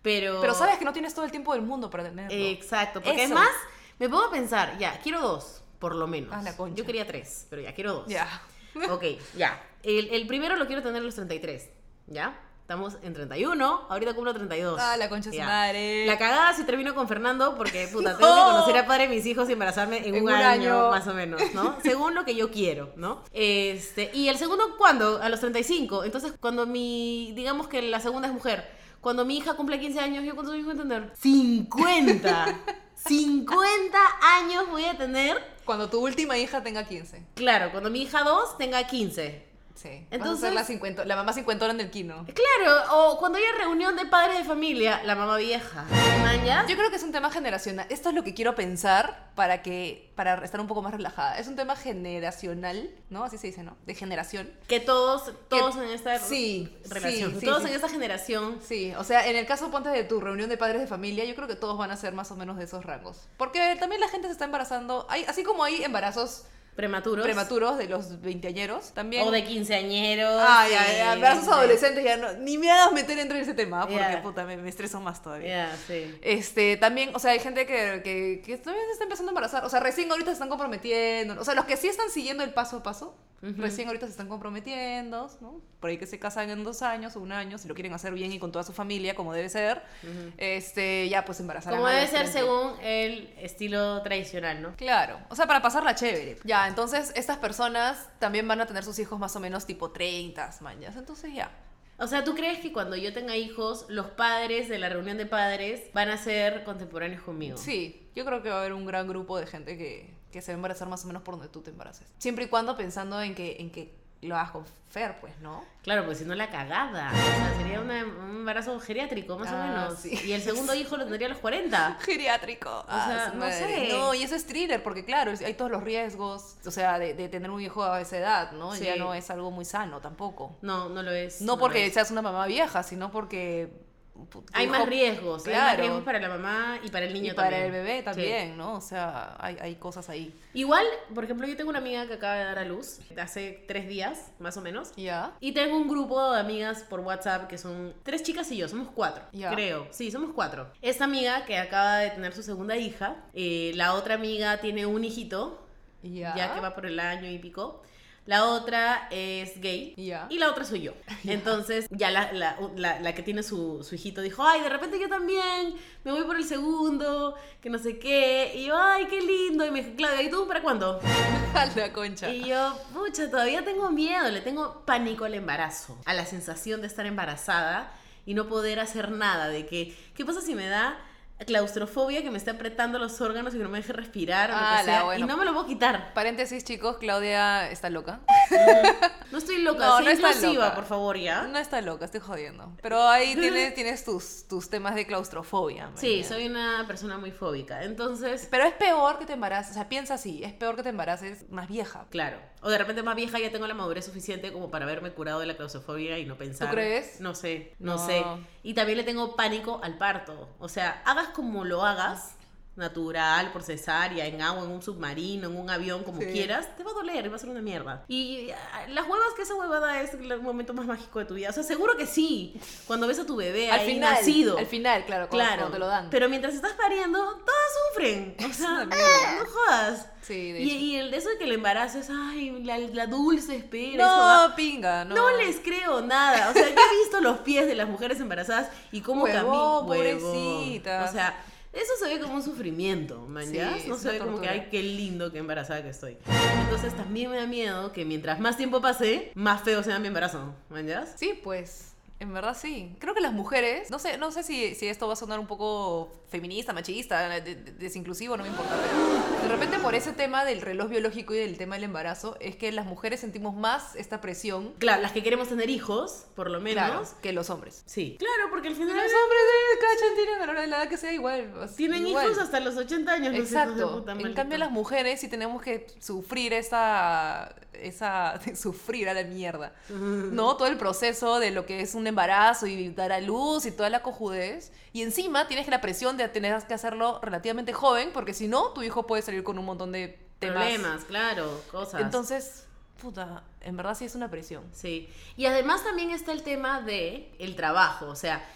[SPEAKER 2] pero.
[SPEAKER 1] Pero sabes que no tienes todo el tiempo del mundo para tenerlo.
[SPEAKER 2] Exacto, porque
[SPEAKER 1] Eso.
[SPEAKER 2] además me pongo a pensar, ya, quiero dos, por lo menos.
[SPEAKER 1] Ah, la concha.
[SPEAKER 2] Yo quería tres, pero ya quiero dos.
[SPEAKER 1] Ya.
[SPEAKER 2] [laughs] Ok, ya. El, el primero lo quiero tener a los 33, ¿ya? Estamos en 31, ahorita cumplo 32.
[SPEAKER 1] Ah, la concha de su
[SPEAKER 2] Ya.
[SPEAKER 1] madre.
[SPEAKER 2] La cagada si termino con Fernando
[SPEAKER 1] [laughs]
[SPEAKER 2] porque, puta, tengo
[SPEAKER 1] No.
[SPEAKER 2] que conocer a padre de mis hijos y embarazarme en,
[SPEAKER 1] En
[SPEAKER 2] un,
[SPEAKER 1] un
[SPEAKER 2] año,
[SPEAKER 1] año.
[SPEAKER 2] más o menos,
[SPEAKER 1] [laughs]
[SPEAKER 2] ¿no? Según lo que yo quiero, ¿no? Este, y el segundo, ¿cuándo? A los 35. Entonces, cuando mi, digamos que la segunda es mujer, cuando mi hija cumple 15 años, ¿yo cuántos años voy a tener?
[SPEAKER 1] [laughs]
[SPEAKER 2] 50. 50 años voy a tener.
[SPEAKER 1] Cuando tu última hija tenga 15.
[SPEAKER 2] Claro, cuando mi hija 2 tenga 15.
[SPEAKER 1] Sí. Entonces.
[SPEAKER 2] Entonces-
[SPEAKER 1] la, cincuento- la mamá cincuentona en el kino.
[SPEAKER 2] Claro, o cuando haya reunión de padres de familia, la mamá vieja. ¿Man ya?
[SPEAKER 1] Yo creo que es un tema generacional. Esto es lo que quiero pensar para que para estar un poco más relajada. Es un tema generacional, ¿no? Así se dice, ¿no? De generación.
[SPEAKER 2] Que todos, todos en esta
[SPEAKER 1] sí,
[SPEAKER 2] relación,
[SPEAKER 1] sí, sí,
[SPEAKER 2] todos
[SPEAKER 1] sí.
[SPEAKER 2] en esta generación.
[SPEAKER 1] Sí, o sea, en el caso ponte de tu reunión de padres de familia, yo creo que todos van a ser más o menos de esos rangos. Porque también la gente se está embarazando, hay, así como hay embarazos
[SPEAKER 2] Prematuros.
[SPEAKER 1] prematuros de los veinteañeros, también
[SPEAKER 2] O de quinceañeros.
[SPEAKER 1] Ay,
[SPEAKER 2] sí,
[SPEAKER 1] ay, ay, embarazos
[SPEAKER 2] sí.
[SPEAKER 1] adolescentes ya no, ni me hagas meter dentro de ese tema, porque
[SPEAKER 2] Ya.
[SPEAKER 1] puta, me, me estreso más todavía.
[SPEAKER 2] Ya, sí.
[SPEAKER 1] Este, también, o sea, hay gente que, que, que todavía se está empezando a embarazar. O sea, recién ahorita se están comprometiendo. O sea, los que sí están siguiendo el paso a paso, recién ahorita se están comprometiendo, ¿no? Por ahí que se casan en dos años o un año, si lo quieren hacer bien y con toda su familia, como debe ser. Este, ya pues embarazarán.
[SPEAKER 2] Como
[SPEAKER 1] a
[SPEAKER 2] debe
[SPEAKER 1] los
[SPEAKER 2] ser
[SPEAKER 1] 30.
[SPEAKER 2] según el estilo tradicional, ¿no?
[SPEAKER 1] Claro, o sea, para pasarla chévere. Ya, entonces estas personas también van a tener sus hijos más o menos tipo 30, mañas. Entonces ya.
[SPEAKER 2] O sea, ¿tú crees que cuando yo tenga hijos, los padres de la reunión de padres van a ser contemporáneos conmigo?
[SPEAKER 1] Sí, yo creo que va a haber un gran grupo de gente que, que se va a embarazar más o menos por donde tú te embaraces. Siempre y cuando pensando en que, en que lo hagas con Fer, pues, ¿no?
[SPEAKER 2] Claro, pues si no la cagada. O sea, sería una- un embarazo geriátrico, más
[SPEAKER 1] Ah,
[SPEAKER 2] o menos.
[SPEAKER 1] [laughs] sí.
[SPEAKER 2] Y el segundo hijo lo tendría a los 40.
[SPEAKER 1] Geriátrico. Ah,
[SPEAKER 2] sea,
[SPEAKER 1] su
[SPEAKER 2] no
[SPEAKER 1] madre.
[SPEAKER 2] sé.
[SPEAKER 1] No, y eso es thriller, porque claro, es- hay todos los riesgos, o sea, de, de tener un hijo a esa edad, ¿no?
[SPEAKER 2] Sí.
[SPEAKER 1] Ya no es algo muy sano tampoco.
[SPEAKER 2] No, no lo es.
[SPEAKER 1] No
[SPEAKER 2] lo
[SPEAKER 1] porque
[SPEAKER 2] es.
[SPEAKER 1] seas una mamá vieja, sino porque... pu- tu
[SPEAKER 2] Hay
[SPEAKER 1] hijo-
[SPEAKER 2] más riesgos. Hay más
[SPEAKER 1] Claro.
[SPEAKER 2] riesgos para la mamá y para el niño
[SPEAKER 1] y para
[SPEAKER 2] también.
[SPEAKER 1] el bebé
[SPEAKER 2] Sí.
[SPEAKER 1] también, ¿no? O sea, hay, hay cosas ahí.
[SPEAKER 2] Igual, por ejemplo, yo tengo una amiga que acaba de dar a luz hace tres días, más o menos.
[SPEAKER 1] Ya.
[SPEAKER 2] Y tengo un grupo de amigas por WhatsApp que son tres chicas y yo, somos cuatro,
[SPEAKER 1] Ya.
[SPEAKER 2] creo. Sí, somos cuatro. Esta amiga que acaba de tener su segunda hija, eh, la otra amiga tiene un hijito,
[SPEAKER 1] Ya.
[SPEAKER 2] ya que va por el año y pico. La otra es gay
[SPEAKER 1] Ya.
[SPEAKER 2] y la otra soy yo. Entonces, ya la, la- la- la que tiene su, su hijito dijo, ay, de repente yo también, me voy por el segundo, que no sé qué. Y yo, ay, qué lindo. Y me dijo, Claudia, ¿y tú para cuándo?
[SPEAKER 1] [laughs] A la concha.
[SPEAKER 2] Y yo, pucha, todavía tengo miedo, le tengo pánico al embarazo, a la sensación de estar embarazada y no poder hacer nada, de que, ¿qué pasa si me da claustrofobia que me esté apretando los órganos y que no me deje respirar o lo que
[SPEAKER 1] Ah, la,
[SPEAKER 2] sea,
[SPEAKER 1] bueno.
[SPEAKER 2] y no me lo puedo quitar?
[SPEAKER 1] Paréntesis, chicos, Claudia está loca.
[SPEAKER 2] No estoy loca,
[SPEAKER 1] No,
[SPEAKER 2] soy
[SPEAKER 1] no está
[SPEAKER 2] inclusiva,
[SPEAKER 1] loca.
[SPEAKER 2] por favor, ¿ya?
[SPEAKER 1] No está loca, estoy jodiendo. Pero ahí
[SPEAKER 2] [laughs]
[SPEAKER 1] tienes, tienes tus, tus temas de claustrofobia.
[SPEAKER 2] Sí,
[SPEAKER 1] maña.
[SPEAKER 2] soy una persona muy fóbica, entonces,
[SPEAKER 1] Pero es peor que te embaraces, o sea, piensa así, es peor que te embaraces más vieja.
[SPEAKER 2] claro. O de repente más vieja ya tengo la madurez suficiente como para haberme curado de la claustrofobia y no pensar.
[SPEAKER 1] crees?
[SPEAKER 2] No sé, no,
[SPEAKER 1] No.
[SPEAKER 2] sé. Y también le tengo pánico al parto. O sea, hagas como lo hagas, natural, por cesárea, en agua, en un submarino, en un avión, como
[SPEAKER 1] Sí.
[SPEAKER 2] quieras, te va a doler, y va a ser una mierda. Y ah, las huevas que esa huevada es el momento más mágico de tu vida. O sea, seguro que sí. Cuando ves a tu bebé
[SPEAKER 1] al
[SPEAKER 2] ahí
[SPEAKER 1] final,
[SPEAKER 2] nacido.
[SPEAKER 1] al final, claro, cuando,
[SPEAKER 2] Claro,
[SPEAKER 1] cuando te lo dan. [laughs]
[SPEAKER 2] pero mientras estás pariendo, todas sufren. O sea,
[SPEAKER 1] una mierda.
[SPEAKER 2] no jodas.
[SPEAKER 1] Sí, de
[SPEAKER 2] Y,
[SPEAKER 1] hecho.
[SPEAKER 2] y el de eso de que el embarazo es, ay, la, la dulce espera. eso va.
[SPEAKER 1] no, pinga, no.
[SPEAKER 2] No les creo nada. O sea, yo he visto los pies de las mujeres embarazadas y cómo
[SPEAKER 1] Huevón,
[SPEAKER 2] caminan. Huevón.
[SPEAKER 1] pobrecitas.
[SPEAKER 2] O sea, eso se ve como un sufrimiento, man.
[SPEAKER 1] Sí,
[SPEAKER 2] ¿ya?
[SPEAKER 1] es
[SPEAKER 2] no se
[SPEAKER 1] una
[SPEAKER 2] ve como que,
[SPEAKER 1] tortura.
[SPEAKER 2] ay, qué lindo, qué embarazada que estoy. Entonces también me da miedo que mientras más tiempo pase, más feo sea mi embarazo, man. ¿ya?
[SPEAKER 1] Sí, pues. En verdad sí. Creo que las mujeres, no sé, no sé si, si esto va a sonar un poco feminista, machista, de- de- desinclusivo, no me importa, pero de repente por ese tema del reloj biológico y del tema del embarazo, es que las mujeres sentimos más esta presión,
[SPEAKER 2] Claro, las que queremos tener hijos, por lo menos.
[SPEAKER 1] claro, que los hombres.
[SPEAKER 2] Sí. Claro, porque al
[SPEAKER 1] Los
[SPEAKER 2] final
[SPEAKER 1] hombres eh, cachan, tienen a la hora de la edad que sea igual. o sea,
[SPEAKER 2] tienen
[SPEAKER 1] igual.
[SPEAKER 2] hijos hasta los 80 años. los hijos de
[SPEAKER 1] Exacto.
[SPEAKER 2] puta,
[SPEAKER 1] en
[SPEAKER 2] maldito.
[SPEAKER 1] cambio las mujeres sí tenemos que
[SPEAKER 2] [laughs]
[SPEAKER 1] sufrir [laughs] esa esa sufrir a la mierda. No todo el proceso de lo que es un un embarazo y dar a luz y toda la cojudez. Y encima tienes la presión de tener que hacerlo relativamente joven, porque si no, tu hijo puede salir con un montón de temas.
[SPEAKER 2] Problemas, claro, cosas.
[SPEAKER 1] Entonces, puta, en verdad sí es una presión.
[SPEAKER 2] Sí. Y además también está el tema de el trabajo, o sea,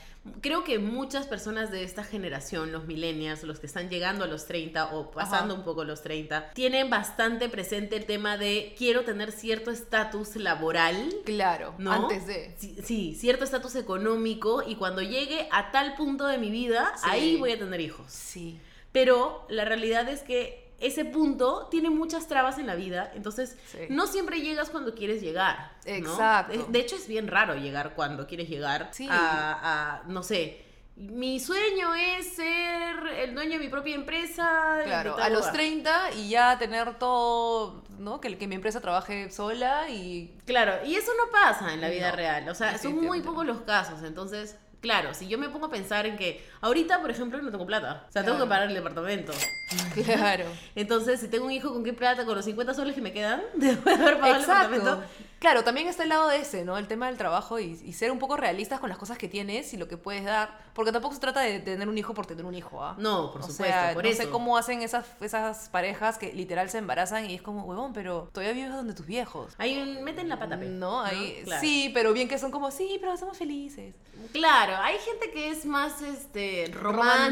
[SPEAKER 2] creo que muchas personas de esta generación, los millennials, los que están llegando a los 30 o pasando
[SPEAKER 1] Ajá.
[SPEAKER 2] un poco los 30, tienen bastante presente el tema de quiero tener cierto estatus laboral.
[SPEAKER 1] Claro,
[SPEAKER 2] ¿No?
[SPEAKER 1] antes de.
[SPEAKER 2] Sí, sí, cierto estatus económico y cuando llegue a tal punto de mi vida,
[SPEAKER 1] Sí.
[SPEAKER 2] ahí voy a tener hijos.
[SPEAKER 1] Sí.
[SPEAKER 2] Pero la realidad es que ese punto tiene muchas trabas en la vida, entonces
[SPEAKER 1] Sí.
[SPEAKER 2] no siempre llegas cuando quieres llegar. ¿no? Eh,
[SPEAKER 1] Exacto.
[SPEAKER 2] De- De hecho, es bien raro llegar cuando quieres llegar
[SPEAKER 1] Sí.
[SPEAKER 2] a, a, no sé. Mi sueño es ser el dueño de mi propia empresa. de
[SPEAKER 1] Claro,
[SPEAKER 2] tal
[SPEAKER 1] a los
[SPEAKER 2] lugar.
[SPEAKER 1] 30 y ya tener todo, ¿no? Que, que mi empresa trabaje sola y
[SPEAKER 2] Claro, y eso no pasa en la vida
[SPEAKER 1] No,
[SPEAKER 2] real. O sea, son muy
[SPEAKER 1] definitivamente
[SPEAKER 2] pocos los casos. Entonces, claro, si yo me pongo a pensar en que ahorita, por ejemplo, no tengo plata. O sea, tengo
[SPEAKER 1] Claro.
[SPEAKER 2] que pagar el departamento.
[SPEAKER 1] Claro.
[SPEAKER 2] Entonces, si tengo un hijo con qué plata, con los 50 soles que me quedan, [laughs] debo de haber pagado el
[SPEAKER 1] Exacto.
[SPEAKER 2] departamento.
[SPEAKER 1] Claro, también está el lado de ese, ¿no? El tema del trabajo y, y ser un poco realistas con las cosas que tienes y lo que puedes dar. Porque tampoco se trata de tener un hijo por tener un hijo, ¿ah?
[SPEAKER 2] No, por
[SPEAKER 1] O
[SPEAKER 2] supuesto,
[SPEAKER 1] sea,
[SPEAKER 2] por
[SPEAKER 1] no
[SPEAKER 2] eso.
[SPEAKER 1] sé cómo hacen esas, esas parejas que literal se embarazan y es como, huevón, pero todavía vives donde tus viejos.
[SPEAKER 2] Ahí un- meten la pata. pe,
[SPEAKER 1] No, ahí
[SPEAKER 2] Claro.
[SPEAKER 1] sí, pero bien que son como, sí, pero somos felices.
[SPEAKER 2] Claro, hay gente que es más este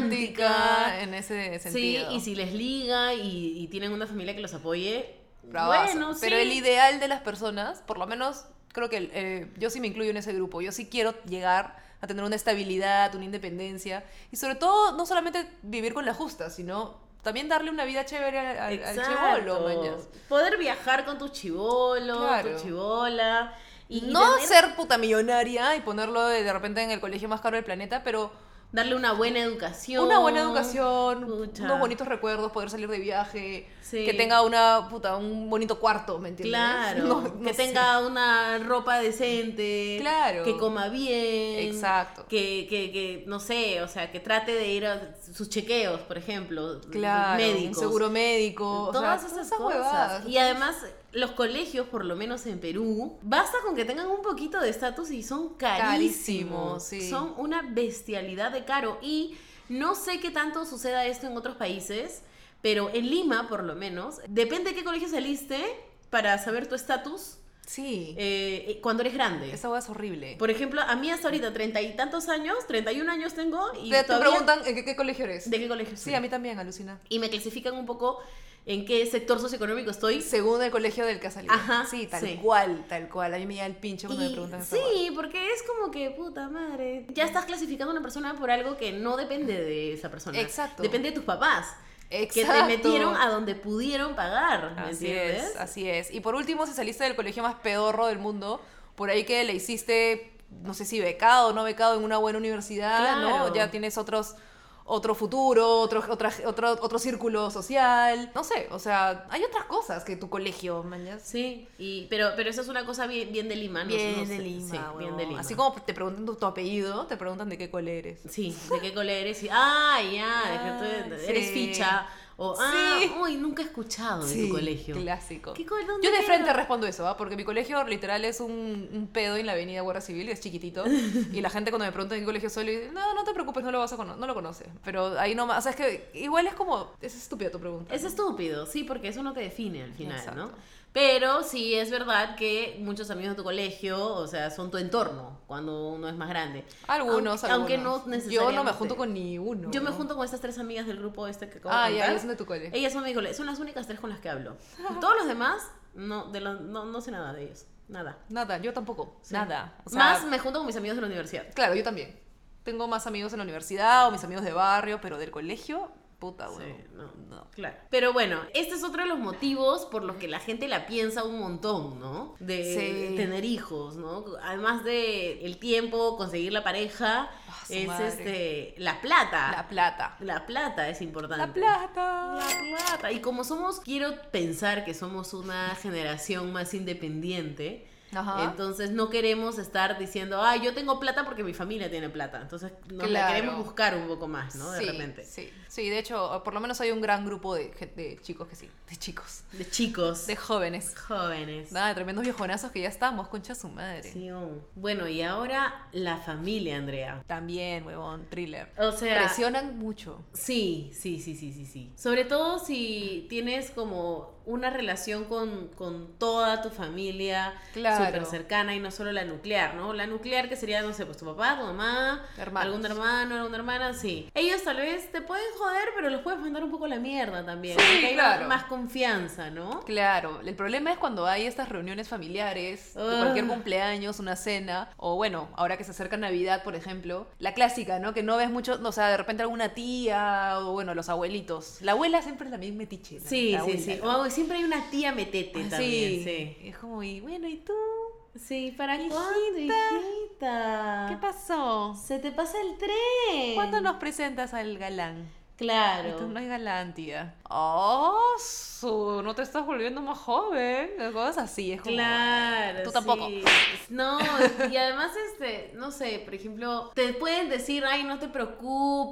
[SPEAKER 2] romántica.
[SPEAKER 1] en ese
[SPEAKER 2] Sí,
[SPEAKER 1] sentido.
[SPEAKER 2] y si les liga y, y tienen una familia que los apoye.
[SPEAKER 1] Bravazo.
[SPEAKER 2] Bueno, sí.
[SPEAKER 1] Pero el ideal de las personas, por lo menos creo que eh, yo sí me incluyo en ese grupo, yo sí quiero llegar a tener una estabilidad, una independencia y sobre todo no solamente vivir con la justa, sino también darle una vida chévere al, al- al chibolo, mañas.
[SPEAKER 2] Poder viajar con tu chivolo,
[SPEAKER 1] Claro.
[SPEAKER 2] tu chivola. Y, y
[SPEAKER 1] no
[SPEAKER 2] tener-
[SPEAKER 1] ser puta millonaria y ponerlo de, de repente en el colegio más caro del planeta, pero
[SPEAKER 2] darle una buena educación.
[SPEAKER 1] una buena educación,
[SPEAKER 2] Pucha.
[SPEAKER 1] unos bonitos recuerdos, poder salir de viaje,
[SPEAKER 2] Sí.
[SPEAKER 1] que tenga una puta un bonito cuarto, ¿me entiendes?
[SPEAKER 2] Claro,
[SPEAKER 1] [laughs] No- no
[SPEAKER 2] que
[SPEAKER 1] sé.
[SPEAKER 2] tenga una ropa decente,
[SPEAKER 1] Claro.
[SPEAKER 2] que coma bien,
[SPEAKER 1] Exacto.
[SPEAKER 2] que, que, que, no sé, o sea, que trate de ir a sus chequeos, por ejemplo,
[SPEAKER 1] Claro,
[SPEAKER 2] médicos.
[SPEAKER 1] un seguro médico, o
[SPEAKER 2] Todas
[SPEAKER 1] sea,
[SPEAKER 2] esas
[SPEAKER 1] esas
[SPEAKER 2] cosas.
[SPEAKER 1] huevadas.
[SPEAKER 2] Y además, los colegios, por lo menos en Perú, basta con que tengan un poquito de estatus y son carísimos.
[SPEAKER 1] Carísimos, sí.
[SPEAKER 2] Son una bestialidad de caro. Y no sé qué tanto suceda esto en otros países, pero en Lima, por lo menos, depende de qué colegio saliste para saber tu estatus
[SPEAKER 1] Sí,
[SPEAKER 2] eh, cuando eres grande.
[SPEAKER 1] esa hueá es horrible.
[SPEAKER 2] Por ejemplo, a mí hasta ahorita, treinta y tantos años, 31 años tengo y
[SPEAKER 1] te, te
[SPEAKER 2] todavía-
[SPEAKER 1] preguntan en qué, qué colegio eres.
[SPEAKER 2] de qué colegio
[SPEAKER 1] sí,
[SPEAKER 2] soy.
[SPEAKER 1] a mí también, alucina.
[SPEAKER 2] Y me clasifican un poco en qué sector socioeconómico estoy
[SPEAKER 1] Según el colegio del que has salido.
[SPEAKER 2] Ajá,
[SPEAKER 1] Sí, tal
[SPEAKER 2] sí.
[SPEAKER 1] cual, tal cual. A mí me llega el pincho cuando me
[SPEAKER 2] Y-
[SPEAKER 1] preguntan esa hueá.
[SPEAKER 2] sí, porque es como que, puta madre, ya estás clasificando a una persona por algo que no depende de esa persona.
[SPEAKER 1] Exacto.
[SPEAKER 2] Depende de tus papás.
[SPEAKER 1] Exacto.
[SPEAKER 2] Que te metieron a donde pudieron pagar. ¿me
[SPEAKER 1] Así
[SPEAKER 2] entiendes?
[SPEAKER 1] es, así es. Y por último, si saliste del colegio más pedorro del mundo, por ahí que le hiciste, no sé si becado o no becado en una buena universidad,
[SPEAKER 2] Claro.
[SPEAKER 1] ¿no? Ya tienes otros otro futuro, otro, otra- otro, otro círculo social, no sé, o sea, hay otras cosas que tu colegio, mañas.
[SPEAKER 2] Sí, y, pero, pero eso es una cosa bien, bien de Lima, ¿no? No sé, sí, bien de Lima.
[SPEAKER 1] Así como te preguntan tu, tu apellido, te preguntan de qué cole eres.
[SPEAKER 2] Sí, ¿de qué colegio eres? Y, ah, ya,
[SPEAKER 1] Ah,
[SPEAKER 2] de que tú
[SPEAKER 1] sí.
[SPEAKER 2] eres ficha. O, ah,
[SPEAKER 1] Sí.
[SPEAKER 2] uy, nunca he escuchado de tu colegio.
[SPEAKER 1] Clásico.
[SPEAKER 2] ¿Qué cole- dónde
[SPEAKER 1] Yo de
[SPEAKER 2] queda?
[SPEAKER 1] frente respondo eso, ¿ah? porque mi colegio literal es un, un pedo en la avenida Guerra Civil, es
[SPEAKER 2] [laughs]
[SPEAKER 1] chiquitito, y la gente cuando me pregunta en qué colegio soy, le digo, no, no te preocupes, no lo vas a cono- no lo conoces. Pero ahí nomás, o sea, es que igual es como, es estúpida tu pregunta.
[SPEAKER 2] Es estúpido, sí, porque eso no te define al final, ¿no?
[SPEAKER 1] Exacto.
[SPEAKER 2] Pero sí es verdad que muchos amigos de tu colegio, o sea, son tu entorno cuando uno es más grande. aunque,
[SPEAKER 1] Algunos, algunos.
[SPEAKER 2] Aunque no necesariamente.
[SPEAKER 1] Yo no me junto con ni uno.
[SPEAKER 2] Yo me
[SPEAKER 1] ¿no?
[SPEAKER 2] junto con estas tres amigas del grupo este que acabo
[SPEAKER 1] Ah,
[SPEAKER 2] de
[SPEAKER 1] ya,
[SPEAKER 2] contar.
[SPEAKER 1] ellas son de tu colegio.
[SPEAKER 2] Ellas son mi colegio, son las únicas tres con las que hablo. Todos los demás, no, de los- no, no sé nada de ellos, nada.
[SPEAKER 1] Nada, yo tampoco,
[SPEAKER 2] Sí.
[SPEAKER 1] nada. O sea,
[SPEAKER 2] Más me junto con mis amigos de la universidad.
[SPEAKER 1] Claro, yo también. Tengo más amigos en la universidad o mis amigos de barrio, pero del colegio, puta,
[SPEAKER 2] Sí,
[SPEAKER 1] bueno.
[SPEAKER 2] no, Claro. Pero bueno, este es otro de los motivos por los que la gente la piensa un montón, ¿no? De
[SPEAKER 1] Sí.
[SPEAKER 2] tener hijos, ¿no? Además de el tiempo, conseguir la pareja,
[SPEAKER 1] Ah, su
[SPEAKER 2] es
[SPEAKER 1] madre.
[SPEAKER 2] este la plata.
[SPEAKER 1] La plata.
[SPEAKER 2] La, plata es importante.
[SPEAKER 1] La plata.
[SPEAKER 2] La plata. Y como somos, quiero pensar que somos una generación más independiente.
[SPEAKER 1] Ajá.
[SPEAKER 2] Entonces no queremos estar diciendo, ah, yo tengo plata porque mi familia tiene plata. Entonces nos la
[SPEAKER 1] Claro.
[SPEAKER 2] queremos buscar un poco más, ¿no? De
[SPEAKER 1] sí,
[SPEAKER 2] repente.
[SPEAKER 1] Sí, sí, de hecho, por lo menos hay un gran grupo de, gen- de chicos que sí, de chicos,
[SPEAKER 2] De chicos.
[SPEAKER 1] de jóvenes.
[SPEAKER 2] jóvenes.
[SPEAKER 1] Nada, de tremendos viejonazos que ya estamos, concha su madre.
[SPEAKER 2] Sí, oh. Bueno, y ahora la familia, Andrea.
[SPEAKER 1] También, huevón, thriller.
[SPEAKER 2] O sea,
[SPEAKER 1] Presionan mucho.
[SPEAKER 2] Sí, sí, sí, sí, sí, sí. Sobre todo si tienes como una relación con, con toda tu familia
[SPEAKER 1] Claro.
[SPEAKER 2] súper cercana y no solo la nuclear, ¿no? La nuclear que sería, no sé, pues tu papá, tu mamá,
[SPEAKER 1] Hermanos.
[SPEAKER 2] algún hermano, alguna hermana, sí. Ellos tal vez te pueden joder, pero los puedes mandar un poco a la mierda también.
[SPEAKER 1] Sí,
[SPEAKER 2] porque hay
[SPEAKER 1] claro.
[SPEAKER 2] más confianza, ¿no?
[SPEAKER 1] Claro, el problema es cuando hay estas reuniones familiares, de
[SPEAKER 2] Ah.
[SPEAKER 1] cualquier cumpleaños, una cena, o bueno, ahora que se acerca Navidad, por ejemplo, la clásica, ¿no? Que no ves mucho, o sea, de repente alguna tía, o bueno, los abuelitos. La abuela siempre es la misma metiche. la-
[SPEAKER 2] Sí,
[SPEAKER 1] la
[SPEAKER 2] sí,
[SPEAKER 1] abuela,
[SPEAKER 2] sí.
[SPEAKER 1] ¿no?
[SPEAKER 2] O algo, siempre hay una tía metete
[SPEAKER 1] Ah,
[SPEAKER 2] también,
[SPEAKER 1] sí.
[SPEAKER 2] sí.
[SPEAKER 1] Es como, y bueno, ¿y tú?
[SPEAKER 2] Sí, ¿para
[SPEAKER 1] Hijita.
[SPEAKER 2] cuándo, hijita?
[SPEAKER 1] ¿Qué pasó?
[SPEAKER 2] Se te pasa el tren.
[SPEAKER 1] ¿Cuándo nos presentas al galán?
[SPEAKER 2] Eh. Claro.
[SPEAKER 1] Esto no es galán, tía. Oh, su, no te estás volviendo más joven. Cosas así, es como.
[SPEAKER 2] Claro.
[SPEAKER 1] Tú tampoco.
[SPEAKER 2] sí. No, y además, este, no sé, por ejemplo, te pueden decir, ay, no te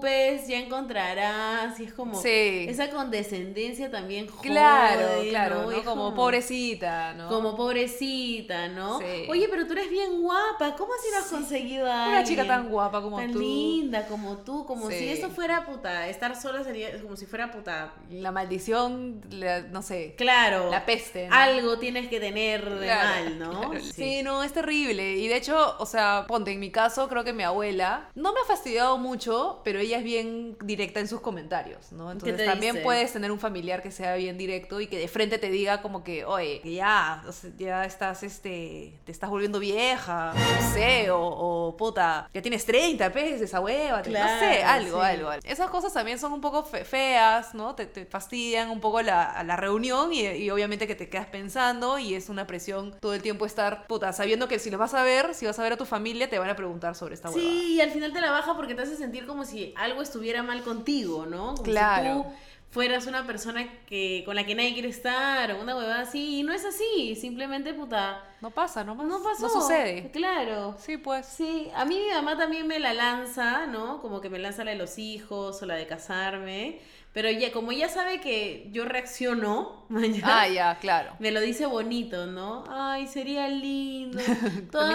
[SPEAKER 2] preocupes, ya encontrarás. Y es como
[SPEAKER 1] Sí.
[SPEAKER 2] esa condescendencia también jode,
[SPEAKER 1] Claro, claro,
[SPEAKER 2] ¿no?
[SPEAKER 1] ¿no?
[SPEAKER 2] Y es
[SPEAKER 1] como, pobrecita, ¿no?
[SPEAKER 2] Como pobrecita, ¿no?
[SPEAKER 1] Sí.
[SPEAKER 2] Oye, pero tú eres bien guapa, ¿cómo así no has conseguido a
[SPEAKER 1] una chica
[SPEAKER 2] alguien
[SPEAKER 1] tan guapa como
[SPEAKER 2] tan
[SPEAKER 1] tú.
[SPEAKER 2] linda como tú? Como
[SPEAKER 1] Sí.
[SPEAKER 2] si eso fuera puta, estar sola sería como si fuera puta.
[SPEAKER 1] La maldición, la- no sé,
[SPEAKER 2] Claro.
[SPEAKER 1] la peste. ¿no?
[SPEAKER 2] Algo tienes que tener de
[SPEAKER 1] Claro, [laughs]
[SPEAKER 2] mal, ¿no? [laughs]
[SPEAKER 1] claro. Sí. no, es terrible. Y de hecho, o sea, ponte, en mi caso, creo que mi abuela no me ha fastidiado mucho, pero ella es bien directa en sus comentarios, ¿no? Entonces
[SPEAKER 2] te
[SPEAKER 1] también
[SPEAKER 2] dice?
[SPEAKER 1] puedes tener un familiar que sea bien directo y que de frente te diga como que, oye, que ya, o sea, ya estás, este, te estás volviendo vieja, no sé, o, o, puta, ya tienes pues, 30, pez, desahuévate, no sé,
[SPEAKER 2] Claro,
[SPEAKER 1] algo,
[SPEAKER 2] sí.
[SPEAKER 1] algo. Esas cosas también son un poco fe- feas, ¿no? Te, te fastidian un poco la, a la reunión y, y obviamente que te quedas pensando y es una presión todo el tiempo estar, puta, sabiendo que si los vas a ver, si vas a ver a tu familia, te van a preguntar sobre esta huevada.
[SPEAKER 2] Sí, y al final te la baja porque te hace sentir como si algo estuviera mal contigo, ¿no? Como
[SPEAKER 1] Claro.
[SPEAKER 2] si tú fueras una persona que con la que nadie quiere estar o una huevada así. Y no es así, simplemente puta.
[SPEAKER 1] No pasa, no,
[SPEAKER 2] No pasó.
[SPEAKER 1] No sucede.
[SPEAKER 2] Claro.
[SPEAKER 1] Sí, pues.
[SPEAKER 2] Sí, a mí mi mamá también me la lanza, ¿no? Como que me lanza la de los hijos o la de casarme. Pero ya, como ya sabe que yo reacciono [laughs] mañana.
[SPEAKER 1] Ah, ya,
[SPEAKER 2] [laughs]
[SPEAKER 1] claro.
[SPEAKER 2] Me lo dice bonito, ¿no? Ay, sería
[SPEAKER 1] [laughs]
[SPEAKER 2] lindo.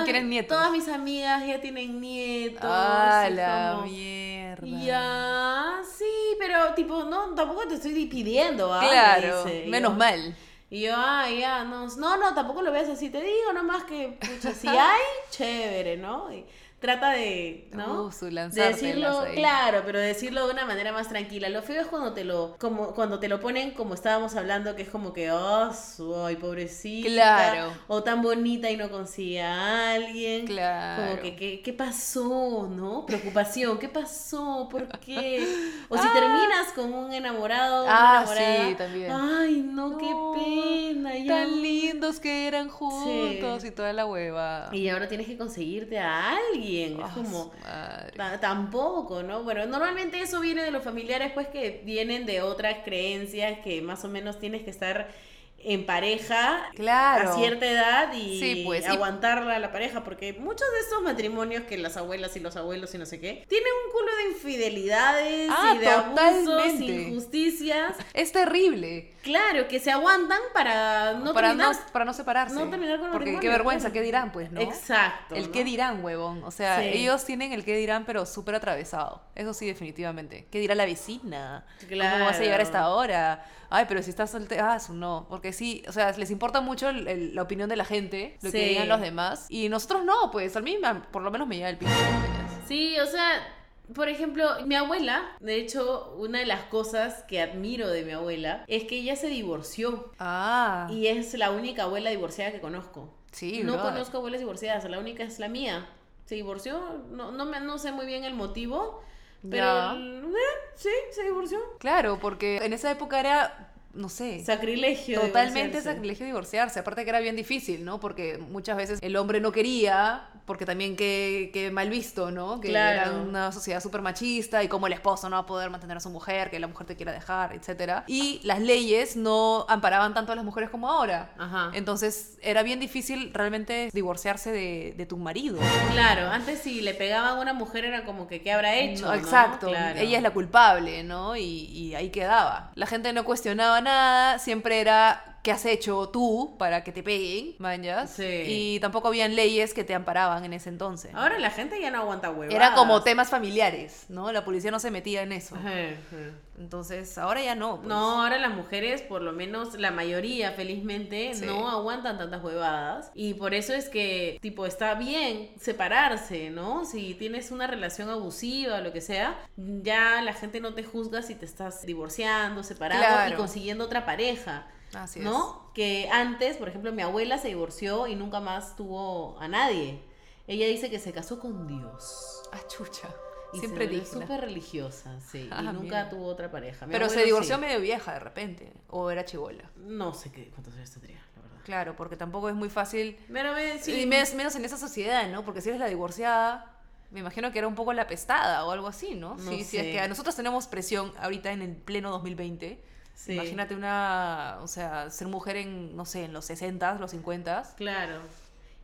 [SPEAKER 1] quieren nietos.
[SPEAKER 2] Todas mis amigas ya tienen nietos.
[SPEAKER 1] Ah,
[SPEAKER 2] y
[SPEAKER 1] la
[SPEAKER 2] como,
[SPEAKER 1] mierda.
[SPEAKER 2] Ya, sí, pero tipo, no, tampoco te estoy pidiendo, ¿ah? Me
[SPEAKER 1] Claro,
[SPEAKER 2] dice. Y
[SPEAKER 1] menos
[SPEAKER 2] yo-
[SPEAKER 1] mal.
[SPEAKER 2] Y yo, ay, ya, no, no, no, tampoco lo veas así, te digo nomás que, pucha,
[SPEAKER 1] [laughs]
[SPEAKER 2] si hay, chévere, ¿no? Y trata de, ¿no?
[SPEAKER 1] Uh, su
[SPEAKER 2] De
[SPEAKER 1] lanzártelas
[SPEAKER 2] decirlo,
[SPEAKER 1] ahí.
[SPEAKER 2] claro, pero decirlo de una manera más tranquila. Lo feo es cuando te lo, como, cuando te lo ponen como estábamos hablando, que es como que, oh, su- ay, pobrecita.
[SPEAKER 1] Claro.
[SPEAKER 2] O tan bonita y no consigue a alguien.
[SPEAKER 1] Claro.
[SPEAKER 2] Como que, ¿qué, qué pasó? ¿No? Preocupación, ¿qué pasó? ¿Por qué?
[SPEAKER 1] [laughs]
[SPEAKER 2] O si terminas con un enamorado. una
[SPEAKER 1] Ah,
[SPEAKER 2] enamorada,
[SPEAKER 1] sí, también.
[SPEAKER 2] Ay, no,
[SPEAKER 1] No,
[SPEAKER 2] qué pena. ya.
[SPEAKER 1] Tan lindos que eran juntos y toda la hueva.
[SPEAKER 2] Y ahora tienes que conseguirte a alguien.
[SPEAKER 1] Ah,
[SPEAKER 2] es como.
[SPEAKER 1] su madre.
[SPEAKER 2] Ta- Tampoco, ¿no? Bueno, normalmente eso viene de los familiares, pues que vienen de otras creencias que más o menos tienes que estar en pareja
[SPEAKER 1] Claro.
[SPEAKER 2] a cierta edad y
[SPEAKER 1] Sí, pues, y-
[SPEAKER 2] aguantarla a la pareja, porque muchos de estos matrimonios que las abuelas y los abuelos y no sé qué, tienen un culo de infidelidades
[SPEAKER 1] Ah,
[SPEAKER 2] y de abusos,
[SPEAKER 1] totalmente.
[SPEAKER 2] injusticias,
[SPEAKER 1] Es terrible
[SPEAKER 2] claro, que se aguantan para no
[SPEAKER 1] para,
[SPEAKER 2] terminar.
[SPEAKER 1] no, para no separarse.
[SPEAKER 2] no terminar con el
[SPEAKER 1] Porque qué
[SPEAKER 2] matrimonio,
[SPEAKER 1] vergüenza,
[SPEAKER 2] claro.
[SPEAKER 1] qué dirán, pues, ¿no?
[SPEAKER 2] Exacto.
[SPEAKER 1] El
[SPEAKER 2] ¿no?
[SPEAKER 1] qué dirán, huevón. O sea,
[SPEAKER 2] Sí.
[SPEAKER 1] ellos tienen el qué dirán, pero súper atravesado. Eso sí, definitivamente. ¿Qué dirá la vecina? ¿Cómo vas a
[SPEAKER 2] Claro.
[SPEAKER 1] llegar a esta hora? Ay, pero si estás soltera. Ah, su no. Porque sí, o sea, les importa mucho el- el- la opinión de la gente, lo que
[SPEAKER 2] Sí.
[SPEAKER 1] digan los demás. Y nosotros no, pues. A mí, me- por lo menos, me llega el pinche.
[SPEAKER 2] Sí, o sea, por ejemplo, mi abuela, de hecho, una de las cosas que admiro de mi abuela es que ella se divorció
[SPEAKER 1] Ah.
[SPEAKER 2] y es la única abuela divorciada que conozco.
[SPEAKER 1] Sí,
[SPEAKER 2] no
[SPEAKER 1] brother.
[SPEAKER 2] conozco abuelas divorciadas, la única es la mía. Se divorció, no, no, me, no sé muy bien el motivo, pero
[SPEAKER 1] Ya.
[SPEAKER 2] eh, sí, se divorció.
[SPEAKER 1] Claro, porque en esa época era no sé.
[SPEAKER 2] Sacrilegio.
[SPEAKER 1] Totalmente
[SPEAKER 2] divorciarse.
[SPEAKER 1] sacrilegio divorciarse, aparte que era bien difícil, ¿no? Porque muchas veces el hombre no quería, porque también que, que mal visto, ¿no? Que
[SPEAKER 2] Claro.
[SPEAKER 1] era una sociedad súper machista y cómo el esposo no va a poder mantener a su mujer, que la mujer te quiera dejar, etcétera. Y las leyes no amparaban tanto a las mujeres como ahora.
[SPEAKER 2] Ajá.
[SPEAKER 1] Entonces era bien difícil realmente divorciarse de, de tu marido.
[SPEAKER 2] Claro, antes si le pegaban a una mujer era como que, ¿qué habrá hecho?
[SPEAKER 1] No,
[SPEAKER 2] no?
[SPEAKER 1] exacto.
[SPEAKER 2] Claro.
[SPEAKER 1] Ella es la culpable, ¿no? Y, y ahí quedaba. La gente no cuestionaba nada, siempre era qué has hecho tú para que te peguen, manjas.
[SPEAKER 2] Sí.
[SPEAKER 1] Y tampoco habían leyes que te amparaban en ese entonces.
[SPEAKER 2] Ahora la gente ya no aguanta huevadas.
[SPEAKER 1] Era como temas familiares, ¿no? La policía no se metía en eso.
[SPEAKER 2] Ajá, ajá.
[SPEAKER 1] Entonces, ahora ya no. pues.
[SPEAKER 2] No, ahora las mujeres, por lo menos la mayoría, felizmente,
[SPEAKER 1] Sí.
[SPEAKER 2] no aguantan tantas huevadas. Y por eso es que, tipo, está bien separarse, ¿no? Si tienes una relación abusiva o lo que sea, ya la gente no te juzga si te estás divorciando, separando y
[SPEAKER 1] Claro.
[SPEAKER 2] consiguiendo otra pareja,
[SPEAKER 1] Así es.
[SPEAKER 2] ¿no? Que antes, por ejemplo, mi abuela se divorció y nunca más tuvo a nadie. Ella dice que se casó con Dios.
[SPEAKER 1] Ah, chucha.
[SPEAKER 2] Y
[SPEAKER 1] Siempre
[SPEAKER 2] se volvió
[SPEAKER 1] digna.
[SPEAKER 2] súper religiosa, sí.
[SPEAKER 1] Ah,
[SPEAKER 2] y nunca
[SPEAKER 1] mira.
[SPEAKER 2] tuvo otra pareja. Mi
[SPEAKER 1] Pero se
[SPEAKER 2] abuelo
[SPEAKER 1] divorció
[SPEAKER 2] sí.
[SPEAKER 1] medio vieja de repente. O era chivola.
[SPEAKER 2] No sé qué, cuántos años tendría, la verdad.
[SPEAKER 1] Claro, porque tampoco es muy fácil
[SPEAKER 2] Pero me, sí,
[SPEAKER 1] Y mes- menos en esa sociedad, ¿no? Porque si eres la divorciada, me imagino que era un poco la pestada o algo así, ¿no?
[SPEAKER 2] No
[SPEAKER 1] sí, sí, es
[SPEAKER 2] sé.
[SPEAKER 1] que a nosotros tenemos presión ahorita en el pleno 2020.
[SPEAKER 2] sí.
[SPEAKER 1] Imagínate una, o sea, ser mujer en, no sé, en los 60, los 50.
[SPEAKER 2] Claro.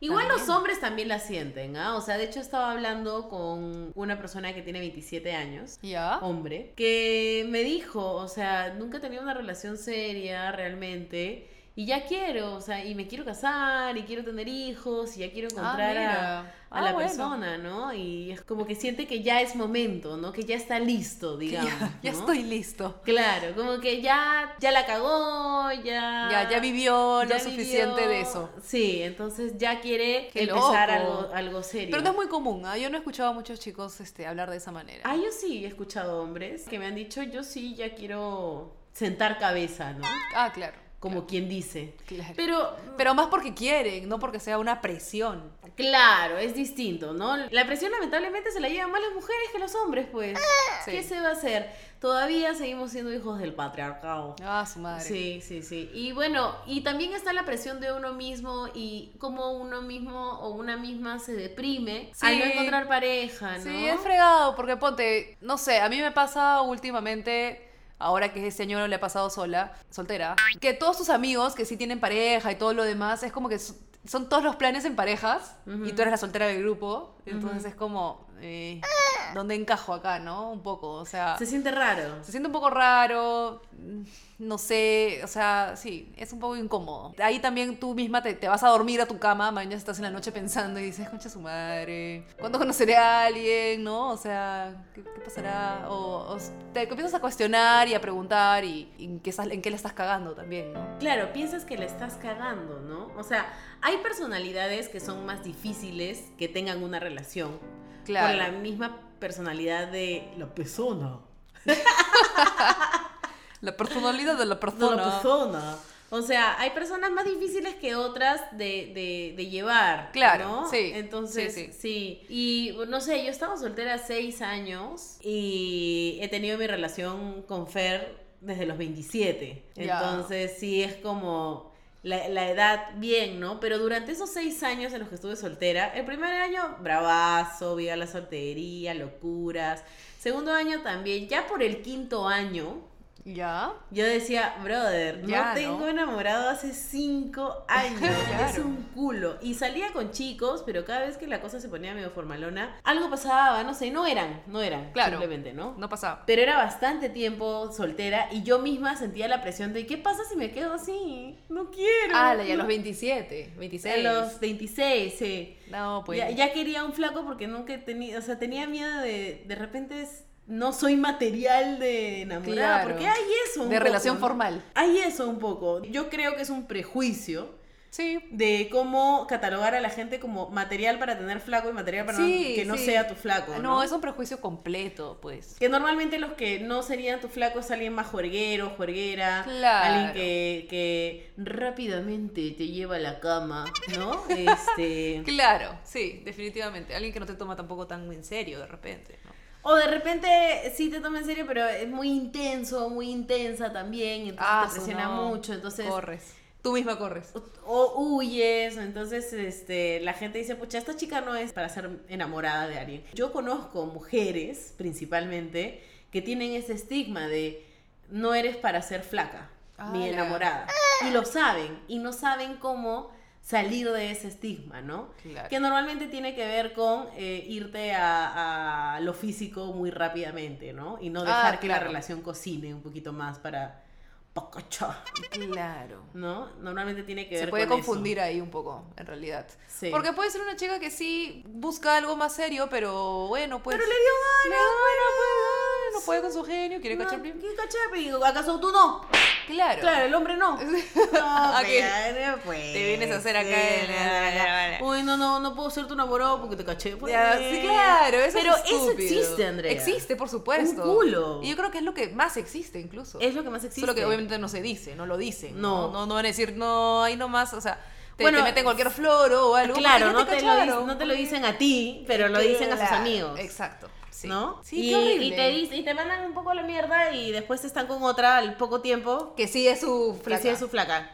[SPEAKER 2] Igual
[SPEAKER 1] También.
[SPEAKER 2] los hombres también la sienten, ¿ah? O sea, de hecho estaba hablando con una persona que tiene 27 años,
[SPEAKER 1] Ya.
[SPEAKER 2] hombre, que me dijo, o sea, nunca he tenido una relación seria realmente y ya quiero, o sea, y me quiero casar y quiero tener hijos y ya quiero encontrar a,
[SPEAKER 1] Ah, mira.
[SPEAKER 2] a
[SPEAKER 1] Ah,
[SPEAKER 2] la
[SPEAKER 1] bueno.
[SPEAKER 2] persona, ¿no? Y es como que siente que ya es momento, ¿no? Que ya está listo,
[SPEAKER 1] Que
[SPEAKER 2] digamos.
[SPEAKER 1] Ya, [laughs] ya
[SPEAKER 2] ¿no?
[SPEAKER 1] estoy listo.
[SPEAKER 2] Claro, como que ya, ya la cagó, ya.
[SPEAKER 1] Ya, ya vivió
[SPEAKER 2] Ah, ya
[SPEAKER 1] lo suficiente
[SPEAKER 2] vivió.
[SPEAKER 1] de eso.
[SPEAKER 2] Sí, entonces ya quiere
[SPEAKER 1] Qué
[SPEAKER 2] empezar
[SPEAKER 1] loco.
[SPEAKER 2] algo, algo serio.
[SPEAKER 1] Pero no es muy común, ¿ah? Yo no he escuchado a muchos chicos este, hablar de esa manera.
[SPEAKER 2] Ah, yo sí he escuchado hombres que me han dicho, yo sí ya quiero sentar cabeza, ¿no?
[SPEAKER 1] Ah, claro.
[SPEAKER 2] Como quien dice.
[SPEAKER 1] claro.
[SPEAKER 2] Pero,
[SPEAKER 1] Pero más porque quieren, no porque sea una presión.
[SPEAKER 2] claro, es distinto, ¿no? La presión lamentablemente se la llevan más las mujeres que los hombres, pues.
[SPEAKER 1] Sí.
[SPEAKER 2] ¿Qué se va a hacer? Todavía seguimos siendo hijos del patriarcado.
[SPEAKER 1] Ah, su madre.
[SPEAKER 2] Sí, sí, sí. Y bueno, y también está la presión de uno mismo y cómo uno mismo o una misma se deprime al no
[SPEAKER 1] Sí.
[SPEAKER 2] encontrar pareja, ¿no?
[SPEAKER 1] Sí, es fregado, porque ponte, no sé, a mí me pasa últimamente, ahora que este año le he pasado sola, soltera, que todos tus amigos que sí tienen pareja y todo lo demás, es como que s- son todos los planes en parejas
[SPEAKER 2] Ujú.
[SPEAKER 1] y tú eres la soltera del grupo, entonces
[SPEAKER 2] Ujú.
[SPEAKER 1] es como, eh, ¿dónde encajo acá, no? Un poco, o sea,
[SPEAKER 2] Se siente raro.
[SPEAKER 1] se siente un poco raro, mm, no sé, o sea, sí, es un poco incómodo. Ahí también tú misma te, te vas a dormir a tu cama, mañana estás en la noche pensando y dices, concha su madre, ¿cuándo conoceré a alguien? ¿No? O sea, ¿qué, qué pasará? O, o s- te empiezas a cuestionar y a preguntar y, y en, qué estás, en qué le estás cagando también, ¿no?
[SPEAKER 2] Claro, piensas que la estás cagando, ¿no? O sea, hay personalidades que son más difíciles que tengan una relación por la misma personalidad de la persona.
[SPEAKER 1] La personalidad de la
[SPEAKER 2] de
[SPEAKER 1] persona.
[SPEAKER 2] la persona. O sea, hay personas más difíciles que otras de, de- de llevar.
[SPEAKER 1] Claro,
[SPEAKER 2] ¿no?
[SPEAKER 1] sí,
[SPEAKER 2] Entonces,
[SPEAKER 1] sí,
[SPEAKER 2] sí, Y no sé, yo he estado soltera seis años y he tenido mi relación con Fer desde los 27.
[SPEAKER 1] Ya.
[SPEAKER 2] Entonces, sí es como. La, la edad bien, ¿no? Pero durante esos seis años en los que estuve soltera, el primer año, bravazo, viva la soltería, locuras. Segundo año también, ya por el quinto año,
[SPEAKER 1] ¿Ya?
[SPEAKER 2] yo decía, brother,
[SPEAKER 1] Ya,
[SPEAKER 2] no
[SPEAKER 1] ¿no?
[SPEAKER 2] tengo enamorado hace
[SPEAKER 1] [laughs]
[SPEAKER 2] cinco años.
[SPEAKER 1] Claro.
[SPEAKER 2] Es un culo. Y salía con chicos, pero cada vez que la cosa se ponía medio formalona, algo pasaba, no sé, no eran, no eran.
[SPEAKER 1] Claro.
[SPEAKER 2] Simplemente, ¿no?
[SPEAKER 1] No pasaba.
[SPEAKER 2] Pero era bastante tiempo soltera y yo misma sentía la presión de, ¿qué pasa si me quedo así? No quiero.
[SPEAKER 1] Ah, ya a los 27, 26.
[SPEAKER 2] A los 26, sí.
[SPEAKER 1] No, pues.
[SPEAKER 2] Ya, ya quería un flaco porque nunca tenía, o sea, tenía miedo de, de repente es- no soy material de enamorada,
[SPEAKER 1] Claro.
[SPEAKER 2] porque hay eso. un
[SPEAKER 1] de
[SPEAKER 2] poco,
[SPEAKER 1] relación
[SPEAKER 2] ¿no?
[SPEAKER 1] formal.
[SPEAKER 2] Hay eso un poco. Yo creo que es un prejuicio
[SPEAKER 1] Sí,
[SPEAKER 2] de cómo catalogar a la gente como material para tener flaco y material para no-
[SPEAKER 1] Sí,
[SPEAKER 2] que no
[SPEAKER 1] sí. Ah,
[SPEAKER 2] sea tu flaco.
[SPEAKER 1] No,
[SPEAKER 2] No,
[SPEAKER 1] es un prejuicio completo, pues.
[SPEAKER 2] Que normalmente los que no serían tu flaco es alguien más juerguero, juerguera.
[SPEAKER 1] Claro.
[SPEAKER 2] Alguien que, que rápidamente te lleva a la cama, ¿no? Este.
[SPEAKER 1] [laughs] Claro, sí, definitivamente. Alguien que no te toma tampoco tan en serio de repente. ¿no?
[SPEAKER 2] O de repente sí te toma en serio, pero es muy intenso, muy intensa también, entonces te
[SPEAKER 1] Ah, su
[SPEAKER 2] presiona
[SPEAKER 1] no.
[SPEAKER 2] mucho, entonces
[SPEAKER 1] Corres. Tú misma corres.
[SPEAKER 2] o, o huyes, entonces este, la gente dice, pucha, esta chica no es para ser enamorada de alguien. Yo conozco mujeres, principalmente, que tienen ese estigma de no eres para ser flaca, ni
[SPEAKER 1] Ala.
[SPEAKER 2] enamorada. Y lo saben, y no saben cómo salir de ese estigma, ¿no?
[SPEAKER 1] Claro.
[SPEAKER 2] Que normalmente tiene que ver con eh, irte a, a lo físico muy rápidamente, ¿no? Y no
[SPEAKER 1] Ah,
[SPEAKER 2] dejar que la
[SPEAKER 1] claro.
[SPEAKER 2] relación cocine un poquito más para... Pococha.
[SPEAKER 1] Claro.
[SPEAKER 2] ¿no? Normalmente tiene que ver
[SPEAKER 1] Se puede
[SPEAKER 2] con eso.
[SPEAKER 1] confundir ahí un poco, en realidad.
[SPEAKER 2] Sí.
[SPEAKER 1] Porque puede ser una chica que sí busca algo más serio, pero bueno, pues.
[SPEAKER 2] Pero le dio
[SPEAKER 1] le pues,
[SPEAKER 2] ganas. pues,
[SPEAKER 1] da, no puede, no puede con su genio, quiere
[SPEAKER 2] No,
[SPEAKER 1] cachar
[SPEAKER 2] ¿qué
[SPEAKER 1] prim-
[SPEAKER 2] cachapri? ¿Acaso tú no?
[SPEAKER 1] Claro.
[SPEAKER 2] Claro, el hombre
[SPEAKER 1] [laughs]
[SPEAKER 2] no. No,
[SPEAKER 1] ¿A qué?
[SPEAKER 2] pero, pues,
[SPEAKER 1] Te vienes a hacer acá
[SPEAKER 2] sí,
[SPEAKER 1] en-
[SPEAKER 2] nada, nada. Uy, no, no, no puedo ser tu enamorado porque te caché. pues.
[SPEAKER 1] Ya, sí, claro, eso
[SPEAKER 2] Pero
[SPEAKER 1] es
[SPEAKER 2] eso
[SPEAKER 1] estúpido.
[SPEAKER 2] existe, Andrea.
[SPEAKER 1] Existe, por supuesto.
[SPEAKER 2] Un culo.
[SPEAKER 1] Y yo creo que es lo que más existe, incluso.
[SPEAKER 2] Es lo que más existe.
[SPEAKER 1] Solo que obviamente no se dice, no lo dicen.
[SPEAKER 2] No.
[SPEAKER 1] No, no, no van a decir, no, ahí nomás, o sea, te,
[SPEAKER 2] Bueno,
[SPEAKER 1] te meten cualquier floro o algo.
[SPEAKER 2] Claro,
[SPEAKER 1] porque ya
[SPEAKER 2] no te, lo dic-
[SPEAKER 1] cacharon,
[SPEAKER 2] no te lo
[SPEAKER 1] porque-
[SPEAKER 2] dicen a ti, pero lo dicen a sus
[SPEAKER 1] Claro,
[SPEAKER 2] amigos.
[SPEAKER 1] Exacto. Sí.
[SPEAKER 2] ¿No?
[SPEAKER 1] Sí,
[SPEAKER 2] y,
[SPEAKER 1] qué horrible.
[SPEAKER 2] y te dic- y te mandan un poco a la mierda y después están con otra al poco tiempo
[SPEAKER 1] Que sí es su
[SPEAKER 2] que
[SPEAKER 1] flaca.
[SPEAKER 2] sí es su flaca.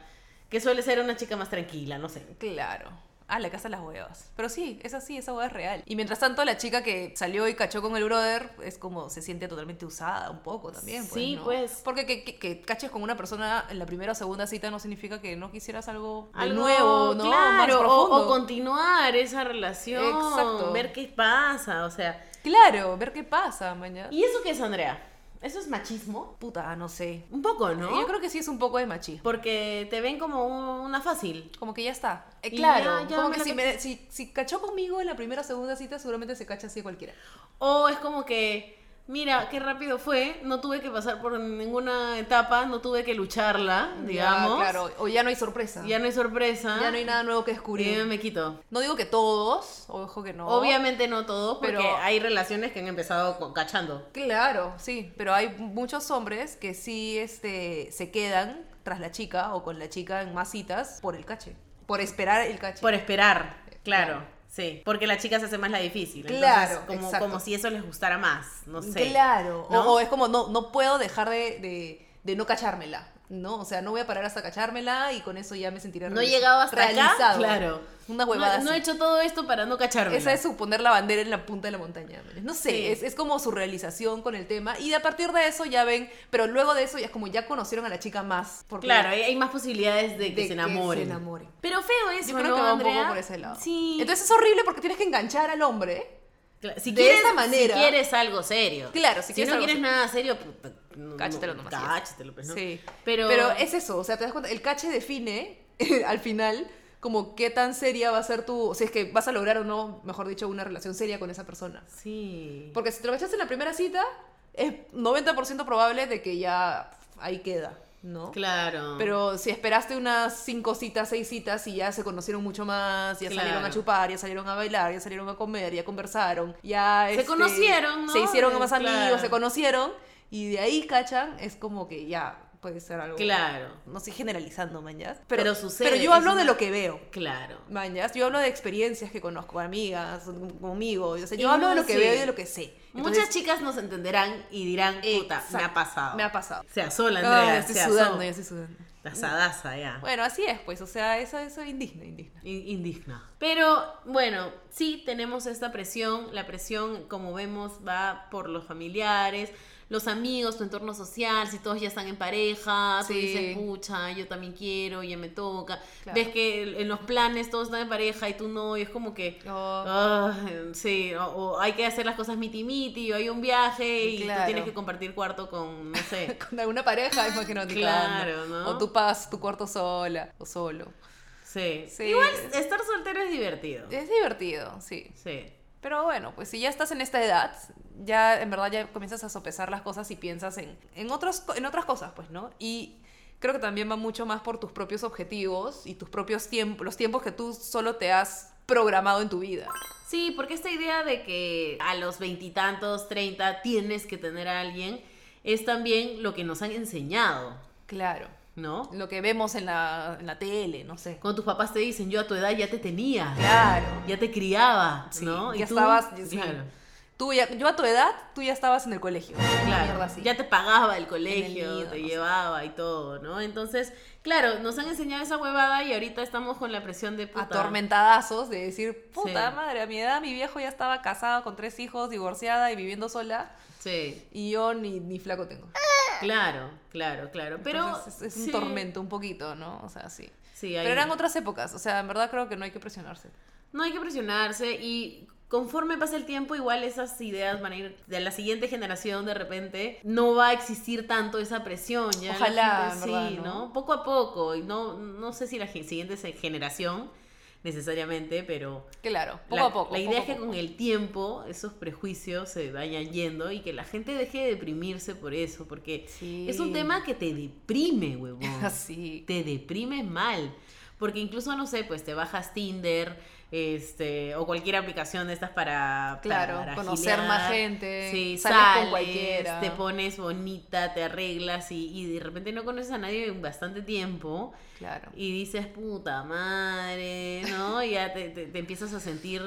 [SPEAKER 2] Que suele ser una chica más tranquila, no sé.
[SPEAKER 1] Claro. Ah, la casa de las huevas. Pero sí, es así, esa hueva es real. Y mientras tanto, la chica que salió y cachó con el brother es como se siente totalmente usada un poco también. Pues,
[SPEAKER 2] Sí,
[SPEAKER 1] ¿no?
[SPEAKER 2] pues.
[SPEAKER 1] Porque que, que- que caches con una persona en la primera o segunda cita no significa que no quisieras algo, de
[SPEAKER 2] Algo,
[SPEAKER 1] nuevo, ¿no? Más
[SPEAKER 2] claro, o-
[SPEAKER 1] profundo.
[SPEAKER 2] O, continuar esa relación.
[SPEAKER 1] Exacto.
[SPEAKER 2] Ver qué pasa, o sea.
[SPEAKER 1] Claro, ver qué pasa mañana.
[SPEAKER 2] ¿Y eso qué es, Andrea? ¿Eso es machismo?
[SPEAKER 1] Puta, no sé.
[SPEAKER 2] Un poco, ¿no?
[SPEAKER 1] Yo creo que sí es un poco de machismo.
[SPEAKER 2] Porque te ven como un- una fácil.
[SPEAKER 1] Como que ya está. Eh,
[SPEAKER 2] Y
[SPEAKER 1] claro.
[SPEAKER 2] ya, ya
[SPEAKER 1] como
[SPEAKER 2] me
[SPEAKER 1] que
[SPEAKER 2] la
[SPEAKER 1] si,
[SPEAKER 2] caché.
[SPEAKER 1] me- si- si cachó conmigo en la primera o segunda cita, seguramente se cacha así a cualquiera.
[SPEAKER 2] O es como que, mira, qué rápido fue, no tuve que pasar por ninguna etapa, no tuve que lucharla, digamos.
[SPEAKER 1] Ya, claro. O ya no hay sorpresa.
[SPEAKER 2] Ya no hay sorpresa.
[SPEAKER 1] Ya no hay nada Eh, nuevo que
[SPEAKER 2] Y
[SPEAKER 1] descubrir.
[SPEAKER 2] me quito.
[SPEAKER 1] No digo que todos, ojo que no.
[SPEAKER 2] Obviamente no todo, porque
[SPEAKER 1] Pero-
[SPEAKER 2] hay relaciones que han empezado con- cachando.
[SPEAKER 1] Claro, sí. Pero hay muchos hombres que sí este, se quedan tras la chica o con la chica en más citas por el cache. Por esperar el cache.
[SPEAKER 2] Por esperar, claro,
[SPEAKER 1] Claro.
[SPEAKER 2] sí. Porque la chica se hace más la difícil. Entonces,
[SPEAKER 1] Claro,
[SPEAKER 2] como,
[SPEAKER 1] exacto.
[SPEAKER 2] como si eso les gustara más, no sé.
[SPEAKER 1] Claro. O-
[SPEAKER 2] ¿no?
[SPEAKER 1] O, es como, no, no puedo dejar de, de- de no cachármela. No, o sea, no voy a parar hasta cachármela y con eso ya me sentiré
[SPEAKER 2] No he
[SPEAKER 1] realiz-
[SPEAKER 2] llegado hasta acá,
[SPEAKER 1] realizado.
[SPEAKER 2] claro.
[SPEAKER 1] Una
[SPEAKER 2] No,
[SPEAKER 1] huevada
[SPEAKER 2] no he
[SPEAKER 1] así.
[SPEAKER 2] hecho todo esto para no cacharme.
[SPEAKER 1] Esa es su poner la bandera en la punta de la montaña. ¿no? No sé,
[SPEAKER 2] Sí.
[SPEAKER 1] es, es como su realización con el tema. Y a partir de eso ya ven, pero luego de eso ya es como ya conocieron a la chica más. porque-
[SPEAKER 2] Claro, hay, hay más posibilidades de que
[SPEAKER 1] De
[SPEAKER 2] se
[SPEAKER 1] que
[SPEAKER 2] enamoren.
[SPEAKER 1] se enamoren.
[SPEAKER 2] Pero feo eso,
[SPEAKER 1] Yo creo
[SPEAKER 2] ¿no,
[SPEAKER 1] que va un
[SPEAKER 2] Andrea?
[SPEAKER 1] poco por ese lado.
[SPEAKER 2] Sí.
[SPEAKER 1] Entonces es horrible porque tienes que enganchar al hombre.
[SPEAKER 2] Cla- si
[SPEAKER 1] de
[SPEAKER 2] quieres,
[SPEAKER 1] esa manera-
[SPEAKER 2] Si quieres algo serio.
[SPEAKER 1] Claro, si quieres
[SPEAKER 2] no
[SPEAKER 1] algo
[SPEAKER 2] quieres
[SPEAKER 1] serio.
[SPEAKER 2] nada serio, puta, no-
[SPEAKER 1] Cáchatelo nomás, ya está.
[SPEAKER 2] Cáchatelo, pues, ¿no?
[SPEAKER 1] Sí.
[SPEAKER 2] Pero,
[SPEAKER 1] Pero es eso, o sea, te das cuenta, el cache define [laughs] al final como qué tan seria va a ser tu, si es que vas a lograr o no, mejor dicho, una relación seria con esa persona.
[SPEAKER 2] Sí.
[SPEAKER 1] Porque si te lo cachas en la primera cita, es 90% probable de que ya ahí queda, ¿no?
[SPEAKER 2] Claro.
[SPEAKER 1] Pero si esperaste unas cinco citas, seis citas y ya se conocieron mucho más, ya salieron
[SPEAKER 2] Claro.
[SPEAKER 1] a chupar, ya salieron a bailar, ya salieron a comer, ya conversaron, ya... este,
[SPEAKER 2] Se conocieron, ¿no?
[SPEAKER 1] Se hicieron
[SPEAKER 2] Eh,
[SPEAKER 1] más
[SPEAKER 2] claro.
[SPEAKER 1] amigos, se conocieron y de ahí, cachan, es como que ya puede ser algo...
[SPEAKER 2] Claro,
[SPEAKER 1] No estoy generalizando, mañas.
[SPEAKER 2] Pero
[SPEAKER 1] Pero,
[SPEAKER 2] sucede,
[SPEAKER 1] Pero yo
[SPEAKER 2] es
[SPEAKER 1] hablo
[SPEAKER 2] una-
[SPEAKER 1] de lo que veo.
[SPEAKER 2] claro.
[SPEAKER 1] Mañas, yo hablo de experiencias que conozco, amigas, conmigo. O sea,
[SPEAKER 2] Y
[SPEAKER 1] yo hablo de
[SPEAKER 2] no,
[SPEAKER 1] lo que
[SPEAKER 2] sí.
[SPEAKER 1] veo y de lo que sé. Entonces,
[SPEAKER 2] Muchas chicas nos entenderán y dirán, puta, me
[SPEAKER 1] exacto,
[SPEAKER 2] ha pasado.
[SPEAKER 1] Me ha pasado.
[SPEAKER 2] Se asó la
[SPEAKER 1] Ay,
[SPEAKER 2] Andrea,
[SPEAKER 1] ya estoy
[SPEAKER 2] se asó.
[SPEAKER 1] sudando, ya estoy sudando.
[SPEAKER 2] La sadaza ya.
[SPEAKER 1] Bueno, así es, pues. O sea, eso es indigna, indigna.
[SPEAKER 2] In- Indigna. Pero bueno, sí tenemos esta presión. La presión, como vemos, va por los familiares, los amigos, tu entorno social. Si todos ya están en pareja, tú
[SPEAKER 1] Sí.
[SPEAKER 2] dices, pucha, yo también quiero, ya me toca.
[SPEAKER 1] Claro.
[SPEAKER 2] Ves que en los planes todos están en pareja y tú no, y es como que. Ah, sí, o, o hay que hacer las cosas miti-miti, o hay un viaje y tú
[SPEAKER 1] Claro.
[SPEAKER 2] tienes que compartir cuarto con, no
[SPEAKER 1] [laughs]
[SPEAKER 2] sé.
[SPEAKER 1] Con alguna pareja, imagínate.
[SPEAKER 2] Claro, ¿no?
[SPEAKER 1] O tú pasas tu cuarto sola o solo.
[SPEAKER 2] Sí.
[SPEAKER 1] Sí. Eh.
[SPEAKER 2] Igual estar soltero es divertido.
[SPEAKER 1] Es divertido, sí.
[SPEAKER 2] Sí.
[SPEAKER 1] Pero bueno, pues si ya estás en esta edad, ya en verdad ya comienzas a sopesar las cosas y piensas en, en, otros, co- en otras cosas, pues, ¿no? Y creo que también va mucho más por tus propios objetivos y tus propios tiempos, los tiempos que tú solo te has programado en tu vida.
[SPEAKER 2] Sí, porque esta idea de que a los veintitantos, treinta, tienes que tener a alguien, es también lo que nos han enseñado,
[SPEAKER 1] Claro.
[SPEAKER 2] ¿no?
[SPEAKER 1] Lo que vemos en la, en la tele, no sé.
[SPEAKER 2] Cuando tus papás te dicen, yo a tu edad ya te tenía,
[SPEAKER 1] Claro.
[SPEAKER 2] ya te criaba,
[SPEAKER 1] Sí,
[SPEAKER 2] ¿no?
[SPEAKER 1] ya
[SPEAKER 2] tú,
[SPEAKER 1] estabas- sí.
[SPEAKER 2] claro.
[SPEAKER 1] Tú ya, yo a tu edad, tú ya estabas en el colegio. Una
[SPEAKER 2] Claro,
[SPEAKER 1] mierda así.
[SPEAKER 2] ya te pagaba el colegio,
[SPEAKER 1] nido,
[SPEAKER 2] te
[SPEAKER 1] no sé.
[SPEAKER 2] llevaba y todo, ¿no? Entonces, claro, nos han enseñado esa huevada y ahorita estamos con la presión de puta.
[SPEAKER 1] atormentadazos de decir, puta
[SPEAKER 2] Sí.
[SPEAKER 1] madre, a mi edad mi viejo ya estaba casado con tres hijos, divorciada y viviendo sola,
[SPEAKER 2] Sí,
[SPEAKER 1] y yo ni, ni flaco tengo.
[SPEAKER 2] claro, claro, claro. Ah, Pero
[SPEAKER 1] Entonces, es, es un
[SPEAKER 2] sí,
[SPEAKER 1] tormento un poquito, ¿no? O sea, sí.
[SPEAKER 2] Sí,
[SPEAKER 1] Pero
[SPEAKER 2] hay-
[SPEAKER 1] eran otras épocas, o sea, en verdad creo que no hay que presionarse.
[SPEAKER 2] No hay que presionarse y conforme pasa el tiempo, igual esas ideas van a ir de la siguiente generación de repente. No va a existir tanto esa presión. Ya la
[SPEAKER 1] Ojalá,
[SPEAKER 2] gente-
[SPEAKER 1] en verdad,
[SPEAKER 2] sí,
[SPEAKER 1] ¿no?
[SPEAKER 2] ¿no? Poco a poco. Y no, no sé si la gen- siguiente se- generación necesariamente, pero
[SPEAKER 1] Claro, poco
[SPEAKER 2] la,
[SPEAKER 1] a poco.
[SPEAKER 2] la idea
[SPEAKER 1] poco a
[SPEAKER 2] es que
[SPEAKER 1] poco.
[SPEAKER 2] con el tiempo esos prejuicios se vayan yendo y que la gente deje de deprimirse por eso, porque
[SPEAKER 1] Sí.
[SPEAKER 2] es un
[SPEAKER 1] [laughs]
[SPEAKER 2] tema Mm. que te deprime, huevón
[SPEAKER 1] Sí.
[SPEAKER 2] te deprime mal. Porque incluso, no sé, pues te bajas Tinder este, o cualquier aplicación de estas para,
[SPEAKER 1] Claro,
[SPEAKER 2] para
[SPEAKER 1] conocer
[SPEAKER 2] gilear.
[SPEAKER 1] más gente,
[SPEAKER 2] Sí,
[SPEAKER 1] sales con
[SPEAKER 2] sales,
[SPEAKER 1] cualquiera.
[SPEAKER 2] te pones bonita, te arreglas y, y de repente no conoces a nadie en bastante tiempo
[SPEAKER 1] Claro.
[SPEAKER 2] y dices, puta madre, ¿no? Y ya te, te- te empiezas a sentir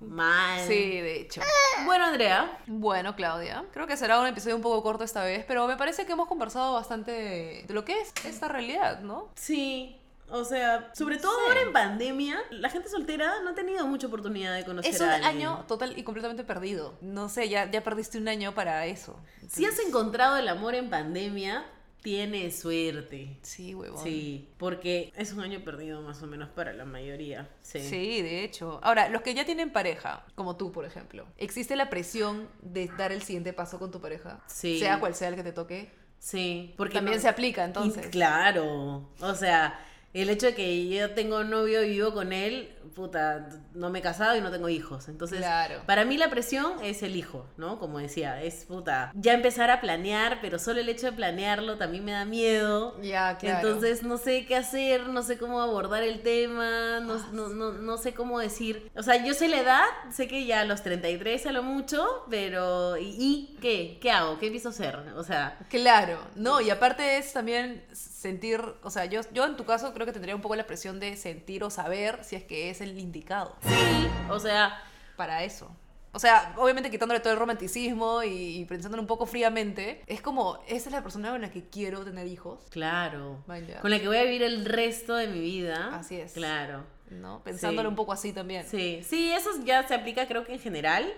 [SPEAKER 2] mal.
[SPEAKER 1] Sí, de hecho.
[SPEAKER 2] Bueno, Andrea,
[SPEAKER 1] Bueno, Claudia, creo que será un episodio un poco corto esta vez, pero me parece que hemos conversado bastante de lo que es esta realidad, ¿no?
[SPEAKER 2] sí. O sea, sobre todo
[SPEAKER 1] Sí.
[SPEAKER 2] ahora en pandemia, la gente soltera no ha tenido mucha oportunidad de conocer
[SPEAKER 1] Es un
[SPEAKER 2] a alguien.
[SPEAKER 1] año total y completamente perdido. No sé, ya, ya perdiste un año para eso.
[SPEAKER 2] Si has encontrado el amor en pandemia, tienes suerte.
[SPEAKER 1] Sí, huevón.
[SPEAKER 2] Sí, porque es un año perdido más o menos para la mayoría. Sí.
[SPEAKER 1] Sí, de hecho. Ahora, los que ya tienen pareja, como tú, por ejemplo, ¿existe la presión de dar el siguiente paso con tu pareja?
[SPEAKER 2] Sí.
[SPEAKER 1] Sea cual sea el que te toque.
[SPEAKER 2] Sí, porque
[SPEAKER 1] También
[SPEAKER 2] no-
[SPEAKER 1] se aplica,
[SPEAKER 2] y-
[SPEAKER 1] entonces.
[SPEAKER 2] claro. O sea, el hecho de que yo tengo novio y vivo con él, puta, no me he casado y no tengo hijos. Entonces,
[SPEAKER 1] Claro.
[SPEAKER 2] para mí la presión es el hijo, ¿no? Como decía, es puta. Ya empezar a planear, pero solo el hecho de planearlo también me da miedo.
[SPEAKER 1] Ya, claro.
[SPEAKER 2] Entonces no sé qué hacer, no sé cómo abordar el tema, no,
[SPEAKER 1] Ah,
[SPEAKER 2] no, no, no sé cómo decir. O sea, yo sé la edad, sé que ya a los 33 a lo mucho, pero ¿y, y qué? ¿Qué hago? ¿Qué empiezo a hacer? O sea,
[SPEAKER 1] Claro, no, y aparte es también sentir, o sea, yo, yo en tu caso creo que tendría un poco la presión de sentir o saber si es que es el indicado
[SPEAKER 2] sí, o sea,
[SPEAKER 1] para eso. O sea, obviamente quitándole todo el romanticismo y, y pensándolo un poco fríamente, es como, esa es la persona con la que quiero tener hijos,
[SPEAKER 2] claro.
[SPEAKER 1] Vaya.
[SPEAKER 2] Con la que voy a vivir el resto de mi vida.
[SPEAKER 1] Así es.
[SPEAKER 2] Claro.
[SPEAKER 1] ¿no? Pensándolo
[SPEAKER 2] Sí.
[SPEAKER 1] un poco así también.
[SPEAKER 2] Sí, sí, eso ya se aplica creo que en general.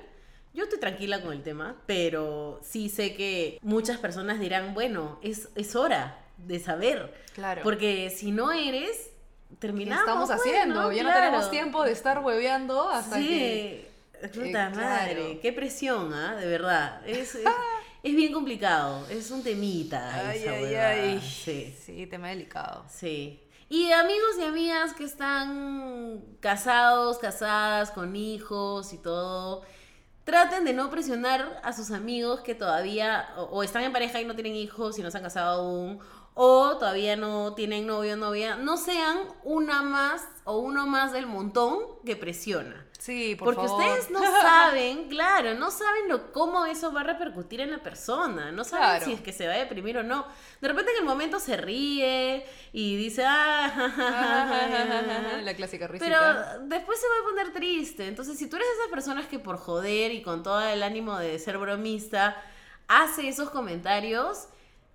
[SPEAKER 2] Yo estoy tranquila con el tema, pero sí sé que muchas personas dirán, bueno, es, es hora de saber.
[SPEAKER 1] Claro.
[SPEAKER 2] Porque si no eres,
[SPEAKER 1] ¿Qué
[SPEAKER 2] terminamos.
[SPEAKER 1] estamos
[SPEAKER 2] bueno,
[SPEAKER 1] haciendo? Ya
[SPEAKER 2] claro.
[SPEAKER 1] no tenemos tiempo de estar hueveando hasta
[SPEAKER 2] sí.
[SPEAKER 1] que...
[SPEAKER 2] Puta
[SPEAKER 1] Eh, claro.
[SPEAKER 2] madre, qué presión, ¿ah? De verdad. Es,
[SPEAKER 1] [laughs]
[SPEAKER 2] es, es bien complicado. Es un temita.
[SPEAKER 1] Ay,
[SPEAKER 2] esa
[SPEAKER 1] ay,
[SPEAKER 2] huevada.
[SPEAKER 1] ay.
[SPEAKER 2] Sí.
[SPEAKER 1] Sí, tema delicado.
[SPEAKER 2] Sí. Y amigos y amigas que están casados, casadas, con hijos y todo, traten de no presionar a sus amigos que todavía o, o están en pareja y no tienen hijos y no se han casado aún, o todavía no tienen novio o novia. No sean una más o uno más del montón que presiona.
[SPEAKER 1] Sí, por
[SPEAKER 2] Porque
[SPEAKER 1] favor. [laughs]
[SPEAKER 2] ustedes no saben, claro, no saben lo, cómo eso va a repercutir en la persona, no saben
[SPEAKER 1] Claro.
[SPEAKER 2] si es que se va a deprimir o no. De repente en el momento se ríe y dice, ah, ja, ja, ja, ja, ja, ja, ja".
[SPEAKER 1] La clásica
[SPEAKER 2] pero
[SPEAKER 1] risita.
[SPEAKER 2] después se va a poner triste. Entonces, si tú eres de esas personas que por joder y con todo el ánimo de ser bromista, hace esos comentarios,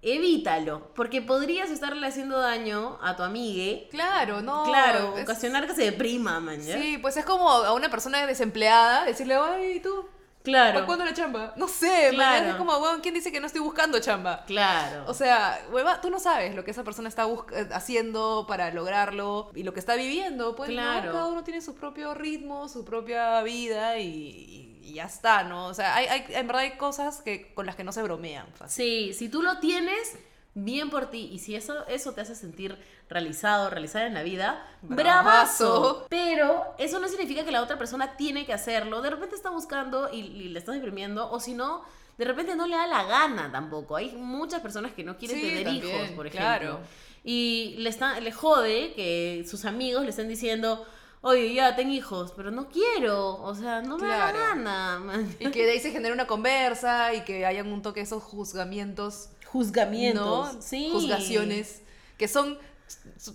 [SPEAKER 2] evítalo, porque podrías estarle haciendo daño a tu amigue.
[SPEAKER 1] Claro, no.
[SPEAKER 2] claro,
[SPEAKER 1] es-
[SPEAKER 2] ocasionar que se deprima, man. ¿ya?
[SPEAKER 1] Sí, pues es como a una persona desempleada decirle, ay, ¿y tú? ¿Para
[SPEAKER 2] claro.
[SPEAKER 1] cuándo la chamba? No sé,
[SPEAKER 2] Claro.
[SPEAKER 1] claro. Es como, weón, ¿quién dice que no estoy buscando chamba?
[SPEAKER 2] Claro.
[SPEAKER 1] O sea, hueva, tú no sabes lo que esa persona está busc- eh, haciendo para lograrlo y lo que está viviendo. Pues ¿no?
[SPEAKER 2] Claro.
[SPEAKER 1] cada uno tiene su propio ritmo, su propia vida y, y- y ya está, ¿no? O sea, hay, hay- en verdad hay cosas que, con las que no se bromean fácil.
[SPEAKER 2] Sí, si tú lo tienes, bien por ti. Y si eso, eso te hace sentir realizado, realizada en la vida,
[SPEAKER 1] Bravazo.
[SPEAKER 2] bravazo. Pero eso no significa que la otra persona tiene que hacerlo. De repente está buscando y, y le estás deprimiendo, o si no, de repente no le da la gana tampoco. Hay muchas personas que no quieren
[SPEAKER 1] Sí,
[SPEAKER 2] tener
[SPEAKER 1] también,
[SPEAKER 2] hijos, por ejemplo.
[SPEAKER 1] claro.
[SPEAKER 2] Y le, está, le jode que sus amigos le estén diciendo. Oye, ya ten hijos, pero no quiero, o sea, no me da la
[SPEAKER 1] Claro.
[SPEAKER 2] gana. [laughs] man".
[SPEAKER 1] Y que de ahí se genere una conversa y que hayan un toque esos juzgamientos
[SPEAKER 2] Juzgamientos,
[SPEAKER 1] ¿no?
[SPEAKER 2] sí.
[SPEAKER 1] Juzgaciones que son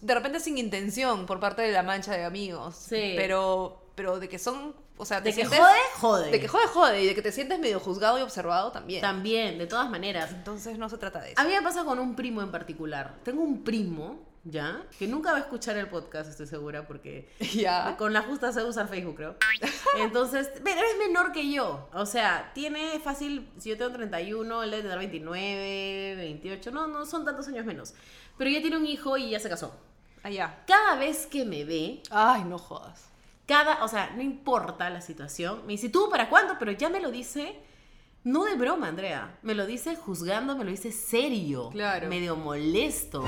[SPEAKER 1] de repente sin intención por parte de la mancha de amigos,
[SPEAKER 2] Sí.
[SPEAKER 1] pero pero de que son o sea, te
[SPEAKER 2] De que
[SPEAKER 1] sientes-
[SPEAKER 2] jode, jode.
[SPEAKER 1] De que jode, jode. Y de que te sientes medio juzgado y observado también.
[SPEAKER 2] También, de todas maneras.
[SPEAKER 1] Entonces no se trata de eso.
[SPEAKER 2] A mí me pasa con un primo en particular. Tengo un primo, ¿ya? Que nunca va a escuchar el podcast, estoy segura, porque
[SPEAKER 1] [laughs] Ya.
[SPEAKER 2] Con la justa se usar Facebook, creo. [laughs] Entonces, pero es menor que yo. O sea, tiene fácil, si yo tengo 31, él debe tener 29, 28, no, no, son tantos años menos. Pero ya tiene un hijo y ya se casó.
[SPEAKER 1] Allá.
[SPEAKER 2] Cada vez que me ve,
[SPEAKER 1] Ay, no jodas.
[SPEAKER 2] cada, o sea, no importa la situación, me dice, ¿tú para cuándo? Pero ya me lo dice, no de broma, Andrea, me lo dice juzgando, me lo dice serio.
[SPEAKER 1] Claro.
[SPEAKER 2] Medio
[SPEAKER 1] [laughs]
[SPEAKER 2] molesto.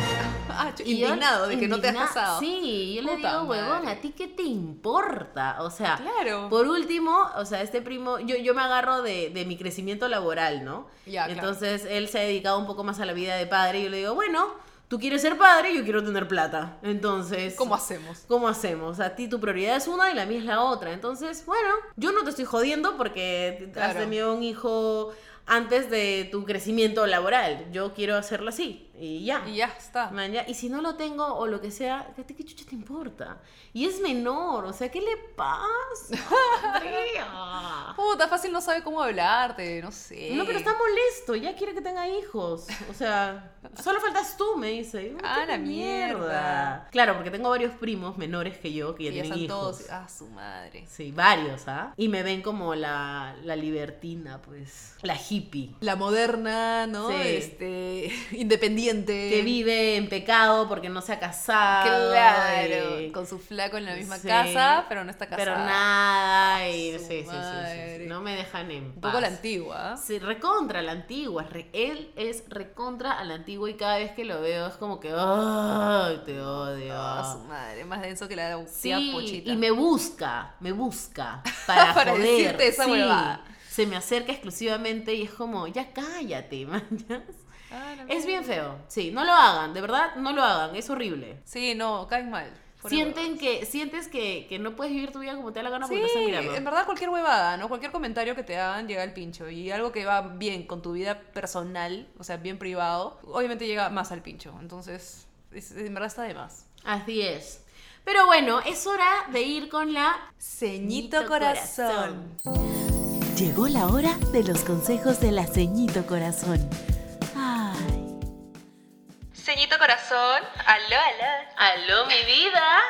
[SPEAKER 1] Ah, ch-
[SPEAKER 2] Y yo-
[SPEAKER 1] indignado de que no te has
[SPEAKER 2] indigna-
[SPEAKER 1] casado.
[SPEAKER 2] Sí, yo le
[SPEAKER 1] Puta
[SPEAKER 2] digo, huevón,
[SPEAKER 1] madre.
[SPEAKER 2] ¿a ti qué te importa? O sea,
[SPEAKER 1] Claro.
[SPEAKER 2] por último, o sea, este primo, yo, yo me agarro de, de mi crecimiento laboral, ¿no?
[SPEAKER 1] Ya, claro.
[SPEAKER 2] Entonces, él se ha dedicado un poco más a la vida de padre y yo le digo, bueno, tú quieres ser padre, yo quiero tener plata. Entonces...
[SPEAKER 1] ¿Cómo hacemos?
[SPEAKER 2] ¿Cómo hacemos? A ti tu prioridad es una y la mía es la otra. Entonces, bueno, yo no te estoy jodiendo porque has
[SPEAKER 1] Claro.
[SPEAKER 2] tenido un hijo antes de tu crecimiento laboral. Yo quiero hacerlo así y ya.
[SPEAKER 1] Y ya está.
[SPEAKER 2] Man, ya, Y si no lo tengo o lo que sea, ¿qué, te- qué chucha te importa? Y es menor, o sea, ¿qué le pasa? [laughs] Andrea?
[SPEAKER 1] Puta, fácil no sabe cómo hablarte, no sé.
[SPEAKER 2] No, pero está molesto, ya quiere que tenga hijos. O sea, [laughs] solo faltas tú, me dice. Y yo,
[SPEAKER 1] Ah,
[SPEAKER 2] "¿Qué
[SPEAKER 1] la mierda".
[SPEAKER 2] Claro, porque tengo varios primos menores que yo que ya
[SPEAKER 1] Y ya
[SPEAKER 2] tienen
[SPEAKER 1] están
[SPEAKER 2] hijos.
[SPEAKER 1] todos. Ah, su madre.
[SPEAKER 2] Sí, varios, ¿ah? Y me ven como la, la libertina, pues, la hippie.
[SPEAKER 1] La moderna, ¿no?
[SPEAKER 2] Sí.
[SPEAKER 1] Este. [laughs] Independiente.
[SPEAKER 2] Que vive en pecado porque no se ha casado.
[SPEAKER 1] Claro.
[SPEAKER 2] y-
[SPEAKER 1] Con su flaco en la misma
[SPEAKER 2] eh. Sí.
[SPEAKER 1] casa, pero no está casada.
[SPEAKER 2] Pero nada, y
[SPEAKER 1] Su
[SPEAKER 2] sí, sí, sí, sí, sí,
[SPEAKER 1] madre.
[SPEAKER 2] no me dejan en paz.
[SPEAKER 1] Un poco la antigua.
[SPEAKER 2] Sí, recontra a la antigua, re- él es recontra a la antigua y cada vez que lo veo es como que, ¡ay, te odio!
[SPEAKER 1] Ah, su madre. Más denso que la tía
[SPEAKER 2] Sí,
[SPEAKER 1] pochita.
[SPEAKER 2] y me busca, me busca para,
[SPEAKER 1] [laughs] Para
[SPEAKER 2] joder.
[SPEAKER 1] decirte esa
[SPEAKER 2] sí.
[SPEAKER 1] huevada.
[SPEAKER 2] Se me acerca exclusivamente y es como, ya cállate, [laughs] mañas.
[SPEAKER 1] Ah, la
[SPEAKER 2] Es bien
[SPEAKER 1] mierda.
[SPEAKER 2] feo, sí, no lo hagan, de verdad, no lo hagan, es horrible.
[SPEAKER 1] Sí, no, caen mal. Fuera de
[SPEAKER 2] Sienten que, sientes que, que no puedes vivir tu vida como te da la gana porque
[SPEAKER 1] Sí,
[SPEAKER 2] te están mirando.
[SPEAKER 1] en verdad cualquier huevada, ¿no? Cualquier comentario que te hagan llega al pincho. Y algo que va bien con tu vida personal, o sea, bien privado, obviamente llega más al pincho. Entonces, es- en verdad está de más.
[SPEAKER 2] Así es. Pero bueno, es hora de ir con la
[SPEAKER 1] Ceñito corazón.
[SPEAKER 3] Llegó la hora de los consejos de la ceñito corazón. Ay.
[SPEAKER 4] Ceñito corazón, aló, aló.
[SPEAKER 2] Aló, mi vida.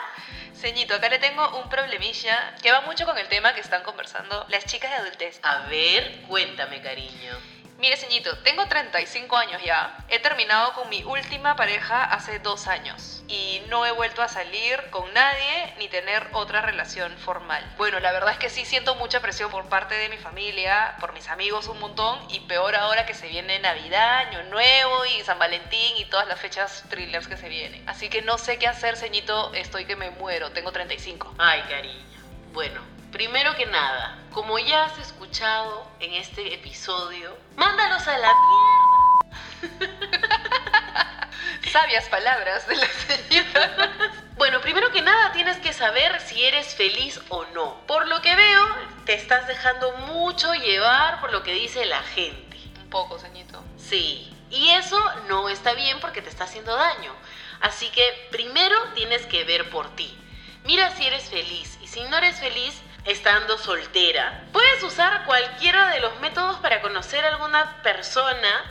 [SPEAKER 4] Ceñito, acá le tengo un problemilla que va mucho con el tema que están conversando las chicas de adultez.
[SPEAKER 2] A ver, cuéntame, cariño.
[SPEAKER 4] Mire, Ceñito, tengo 35 años ya. He terminado con mi última pareja hace dos años. Y no he vuelto a salir con nadie ni tener otra relación formal. Bueno, la verdad es que sí siento mucha presión por parte de mi familia, por mis amigos un montón. Y peor ahora que se viene Navidad, Año Nuevo y San Valentín y todas las fechas thrillers que se vienen. Así que no sé qué hacer, Ceñito. Estoy que me muero. Tengo 35.
[SPEAKER 2] Ay, cariño. Bueno, primero que nada, como ya has escuchado en este episodio, mándalos a la mierda.
[SPEAKER 4] Sabias palabras de la señora.
[SPEAKER 2] Bueno, primero que nada tienes que saber si eres feliz o no. Por lo que veo, te estás dejando mucho llevar por lo que dice la gente.
[SPEAKER 4] Un poco, Ceñito.
[SPEAKER 2] Sí, y eso no está bien porque te está haciendo daño. Así que primero tienes que ver por ti. Mira si eres feliz y si no eres feliz estando soltera. Puedes usar cualquiera de los métodos para conocer a alguna persona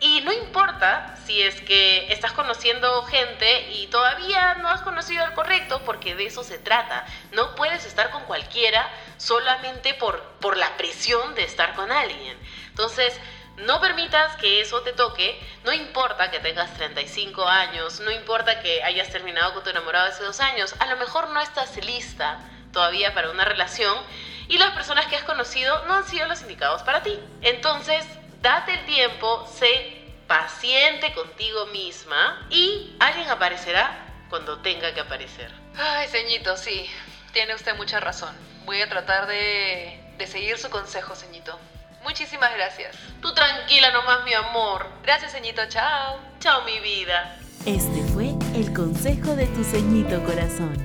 [SPEAKER 2] y no importa si es que estás conociendo gente y todavía no has conocido al correcto porque de eso se trata. No puedes estar con cualquiera solamente por, por la presión de estar con alguien. Entonces, no permitas que eso te toque, no importa que tengas 35 años, no importa que hayas terminado con tu enamorado hace dos años, a lo mejor no estás lista todavía para una relación y las personas que has conocido no han sido los indicados para ti. Entonces, date el tiempo, sé paciente contigo misma y alguien aparecerá cuando tenga que aparecer.
[SPEAKER 4] Ay, Ceñito, sí, tiene usted mucha razón. Voy a tratar de, de seguir su consejo, Ceñito. Muchísimas gracias.
[SPEAKER 2] Tú tranquila nomás, mi amor.
[SPEAKER 4] Gracias, Ceñito, chao.
[SPEAKER 2] Chao, mi vida.
[SPEAKER 3] Este fue el consejo de tu ceñito corazón.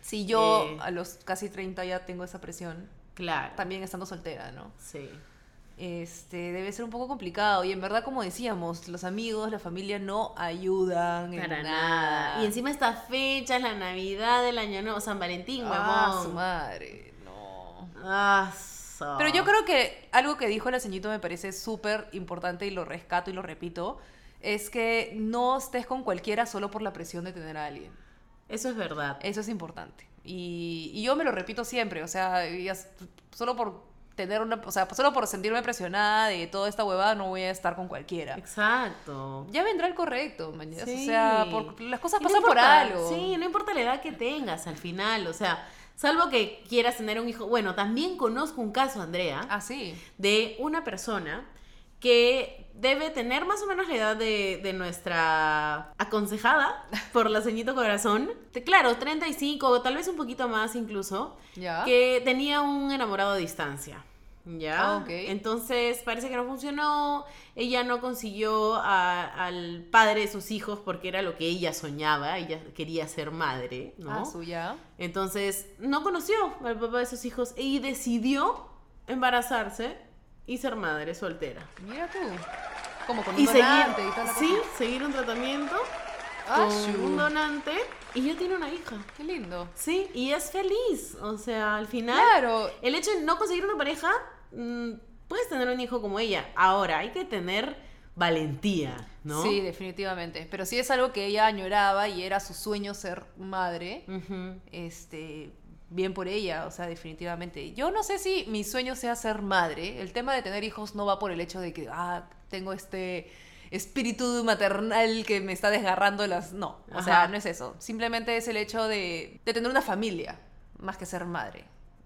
[SPEAKER 1] Si yo
[SPEAKER 2] Eh.
[SPEAKER 1] a los casi 30 ya tengo esa presión,
[SPEAKER 2] Claro.
[SPEAKER 1] también estando soltera, ¿no?
[SPEAKER 2] Sí.
[SPEAKER 1] Este, debe ser un poco complicado. Y en verdad, como decíamos, los amigos, la familia no ayudan en
[SPEAKER 2] Para nada. Y encima estas fechas, la Navidad, el Año Nuevo, San Valentín,
[SPEAKER 1] Ah, su
[SPEAKER 2] huevón.
[SPEAKER 1] madre, no. no.
[SPEAKER 2] Ah, so.
[SPEAKER 1] Pero yo creo que algo que dijo el ceñito me parece súper importante y lo rescato y lo repito, es que no estés con cualquiera solo por la presión de tener a alguien.
[SPEAKER 2] Eso es verdad.
[SPEAKER 1] Eso es importante. Y, y yo me lo repito siempre, o sea, y as- solo por tener una, o sea, solo por sentirme presionada de toda esta huevada no voy a estar con cualquiera.
[SPEAKER 2] Exacto.
[SPEAKER 1] Ya vendrá el correcto, mañana. O
[SPEAKER 2] Sí.
[SPEAKER 1] sea, por- las cosas
[SPEAKER 2] Y no
[SPEAKER 1] pasan por
[SPEAKER 2] importa,
[SPEAKER 1] algo.
[SPEAKER 2] Sí, no importa la edad que tengas al final, o sea, salvo que quieras tener un hijo. Bueno, también conozco un caso, Andrea,
[SPEAKER 1] Así.
[SPEAKER 2] de una persona que debe tener más o menos la edad de, de nuestra aconsejada por la ceñito corazón. Te- Claro, 35 o tal vez un poquito más incluso,
[SPEAKER 1] Ya.
[SPEAKER 2] que tenía un enamorado a distancia. ¿Ya?
[SPEAKER 1] Ah, ok.
[SPEAKER 2] Entonces parece que no funcionó, ella no consiguió a- al padre de sus hijos porque era lo que ella soñaba, ella quería ser madre, ¿no?
[SPEAKER 1] Ah, su ya.
[SPEAKER 2] Entonces, no conoció al papá de sus hijos y decidió embarazarse y ser madre soltera.
[SPEAKER 1] Mira tú. Como con un
[SPEAKER 2] Y
[SPEAKER 1] donante y tal.
[SPEAKER 2] sí, seguir un tratamiento
[SPEAKER 1] Ah,
[SPEAKER 2] con
[SPEAKER 1] su.
[SPEAKER 2] un donante y ya tiene una hija.
[SPEAKER 1] Qué lindo.
[SPEAKER 2] Sí, y es feliz. O sea, al final,
[SPEAKER 1] Claro.
[SPEAKER 2] el hecho de no conseguir una pareja, mm, puedes tener un hijo como ella. Ahora, hay que tener valentía, ¿no?
[SPEAKER 1] Sí, definitivamente. Pero sí es algo que ella añoraba y era su sueño ser madre.
[SPEAKER 2] Ujú.
[SPEAKER 1] Este, bien por ella, o sea, definitivamente. Yo no sé si mi sueño sea ser madre. El tema de tener hijos no va por el hecho de que, ah, tengo este espíritu maternal que me está desgarrando las... No, o sea,
[SPEAKER 2] Ajá.
[SPEAKER 1] no es eso. Simplemente es el hecho de, de tener una familia, más que ser madre,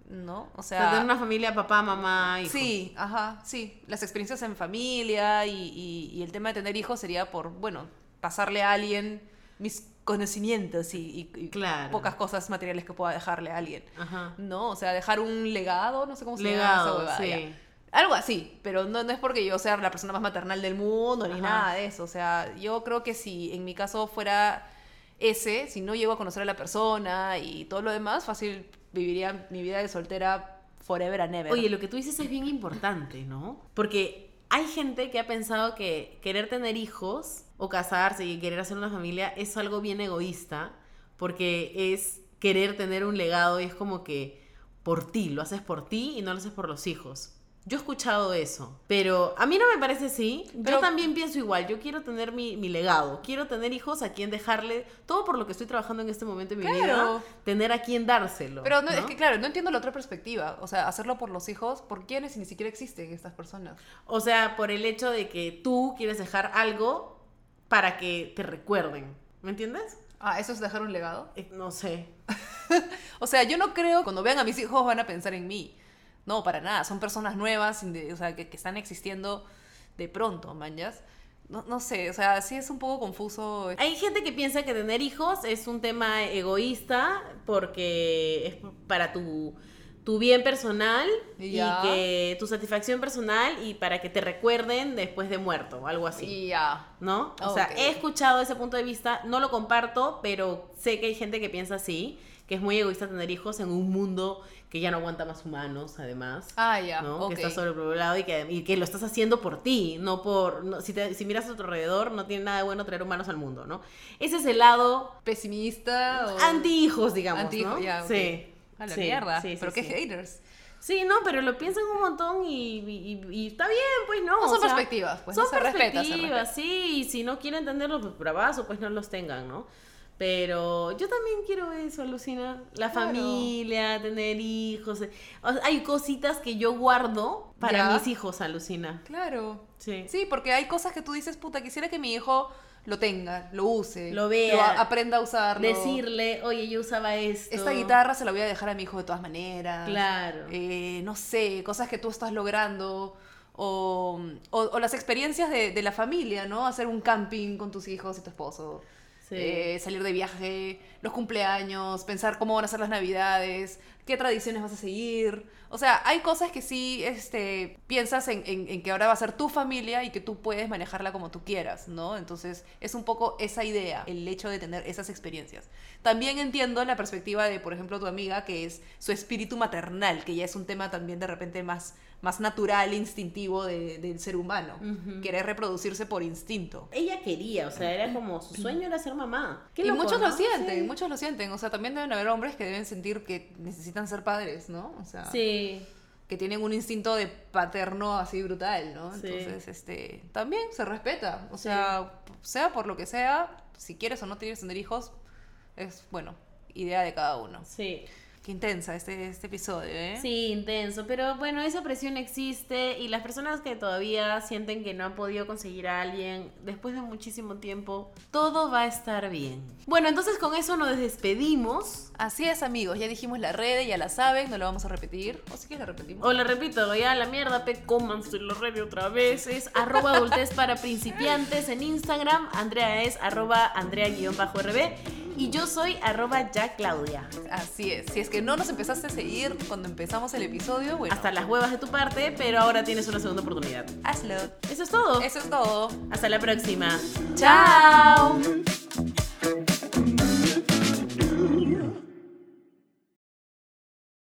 [SPEAKER 1] ¿no? O
[SPEAKER 2] O
[SPEAKER 1] sea...
[SPEAKER 2] sea, tener una familia, papá, mamá, hijo.
[SPEAKER 1] Sí, ajá, sí. Las experiencias en familia y, y- y el tema de tener hijos sería por, bueno, pasarle a alguien mis conocimientos y, y- y
[SPEAKER 2] Claro.
[SPEAKER 1] pocas cosas materiales que pueda dejarle a alguien.
[SPEAKER 2] Ajá.
[SPEAKER 1] No, o sea, dejar un legado, no sé cómo se
[SPEAKER 2] Legado,
[SPEAKER 1] llama esa huevada,
[SPEAKER 2] sí.
[SPEAKER 1] ya. Algo así, pero no, no es porque yo sea la persona más maternal del mundo ni
[SPEAKER 2] Ajá.
[SPEAKER 1] nada de eso. O sea, yo creo que si en mi caso fuera ese, si no llego a conocer a la persona y todo lo demás, fácil viviría mi vida de soltera forever and ever.
[SPEAKER 2] Oye, lo que tú dices es bien importante, ¿no? Porque hay gente que ha pensado que querer tener hijos o casarse y querer hacer una familia es algo bien egoísta, porque es querer tener un legado y es como que por ti, lo haces por ti y no lo haces por los hijos. Yo he escuchado eso, pero a mí no me parece así. yo
[SPEAKER 1] Pero-
[SPEAKER 2] también pienso igual, yo quiero tener mi, mi legado, quiero tener hijos a quien dejarle todo por lo que estoy trabajando en este momento en mi
[SPEAKER 1] Claro.
[SPEAKER 2] vida, tener a quien dárselo.
[SPEAKER 1] Pero no, es que claro, no entiendo la otra perspectiva. O sea, hacerlo por los hijos, ¿por quiénes si ni siquiera existen estas personas?
[SPEAKER 2] O sea, por el hecho de que tú quieres dejar algo para que te recuerden. ¿Me entiendes?
[SPEAKER 1] Ah, ¿eso es dejar un legado?
[SPEAKER 2] Eh, No sé.
[SPEAKER 1] O sea, yo no creo, cuando vean a mis hijos van a pensar en mí. No, para nada. Son personas nuevas, inde- o sea, que, que están existiendo de pronto, manjas. No, no sé, o sea, sí es un poco confuso.
[SPEAKER 2] Hay gente que piensa que tener hijos es un tema egoísta porque es para tu, tu bien personal y
[SPEAKER 1] Ya.
[SPEAKER 2] que tu satisfacción personal y para que te recuerden después de muerto o algo así.
[SPEAKER 1] Y ya.
[SPEAKER 2] ¿No? O
[SPEAKER 1] Ah,
[SPEAKER 2] sea,
[SPEAKER 1] ok.
[SPEAKER 2] he escuchado ese punto de vista, no lo comparto, pero sé que hay gente que piensa así, que es muy egoísta tener hijos en un mundo que ya no aguanta más humanos, además.
[SPEAKER 1] Ah, ya.
[SPEAKER 2] ¿no?
[SPEAKER 1] ok.
[SPEAKER 2] Que estás sobrepoblado y que, y que lo estás haciendo por ti, no por... no- si, te- si miras a tu alrededor, no tiene nada de bueno traer humanos al mundo, ¿no? Ese es el lado
[SPEAKER 1] Pesimista o...
[SPEAKER 2] anti-hijos, digamos,
[SPEAKER 1] Anti-hijo,
[SPEAKER 2] ¿no?
[SPEAKER 1] Oh. ya, ok.
[SPEAKER 2] Sí.
[SPEAKER 1] A la
[SPEAKER 2] Sí,
[SPEAKER 1] mierda.
[SPEAKER 2] sí, sí,
[SPEAKER 1] pero qué
[SPEAKER 2] sí.
[SPEAKER 1] haters.
[SPEAKER 2] Sí, no, pero lo piensan un montón y, y- y- y está bien, pues no.
[SPEAKER 1] No, son
[SPEAKER 2] o sea,
[SPEAKER 1] perspectivas, pues.
[SPEAKER 2] son
[SPEAKER 1] no se respeta,
[SPEAKER 2] perspectivas,
[SPEAKER 1] se respeta.
[SPEAKER 2] sí, y si no quieren tenerlos, pues bravazo, pues no los tengan, ¿no? Pero yo también quiero eso, Lucina. La
[SPEAKER 1] Claro.
[SPEAKER 2] familia, tener hijos. eh. O sea, hay cositas que yo guardo para
[SPEAKER 1] Ya.
[SPEAKER 2] mis hijos, Alucina.
[SPEAKER 1] Claro.
[SPEAKER 2] Sí.
[SPEAKER 1] Sí, porque hay cosas que tú dices, puta, quisiera que mi hijo lo tenga, lo use,
[SPEAKER 2] Lo vea.
[SPEAKER 1] a- aprenda a usarlo.
[SPEAKER 2] Decirle, oye, yo usaba esto.
[SPEAKER 1] Esta guitarra se la voy a dejar a mi hijo de todas maneras.
[SPEAKER 2] Claro.
[SPEAKER 1] Eh, no sé, cosas que tú estás logrando. O, o- o las experiencias de, de la familia, ¿no? Hacer un camping con tus hijos y tu esposo.
[SPEAKER 2] Sí.
[SPEAKER 1] Eh, salir de viaje, los cumpleaños, pensar cómo van a ser las navidades, qué tradiciones vas a seguir. O sea, hay cosas que sí este, piensas en, en- en que ahora va a ser tu familia y que tú puedes manejarla como tú quieras, ¿no? Entonces es un poco esa idea, el hecho de tener esas experiencias. También entiendo la perspectiva de, por ejemplo, tu amiga, que es su espíritu maternal, que ya es un tema también de repente más más natural, e instintivo de- del ser humano.
[SPEAKER 2] Ujú.
[SPEAKER 1] Querer reproducirse por instinto.
[SPEAKER 2] Ella quería, o sea, era como su sueño era ser mamá. Qué
[SPEAKER 1] Y
[SPEAKER 2] loco,
[SPEAKER 1] muchos
[SPEAKER 2] ¿no?
[SPEAKER 1] lo sienten,
[SPEAKER 2] Sí.
[SPEAKER 1] muchos lo sienten. O sea, también deben haber hombres que deben sentir que necesitan ser padres, ¿no? O sea,
[SPEAKER 2] Sí.
[SPEAKER 1] que tienen un instinto de paterno así brutal, ¿no?
[SPEAKER 2] Sí.
[SPEAKER 1] Entonces, este, también se respeta. O
[SPEAKER 2] Sí.
[SPEAKER 1] sea, sea por lo que sea, si quieres o no quieres tener hijos, es, bueno, idea de cada uno.
[SPEAKER 2] Sí,
[SPEAKER 1] Qué intensa este, este episodio, ¿eh?
[SPEAKER 2] sí, intenso, pero bueno, esa presión existe y las personas que todavía sienten que no han podido conseguir a alguien después de muchísimo tiempo, todo va a estar bien. Bueno, entonces con eso nos despedimos.
[SPEAKER 1] Así es, amigos. Ya dijimos la red, ya la saben, no lo vamos a repetir. O sí que la repetimos.
[SPEAKER 2] O lo repito, ya la mierda, pe, cómanse lo radio otra vez. Es arroba adultez para principiantes en Instagram. Andrea es arroba andrea-rb. Y yo soy arroba ya Claudia.
[SPEAKER 1] Así es. Si es que no nos empezaste a seguir cuando empezamos el episodio, bueno,
[SPEAKER 2] Hasta las huevas de tu parte, pero ahora tienes una segunda oportunidad.
[SPEAKER 1] hazlo.
[SPEAKER 2] Eso es todo.
[SPEAKER 1] Eso es todo.
[SPEAKER 2] Hasta la próxima.
[SPEAKER 1] ¡Chao!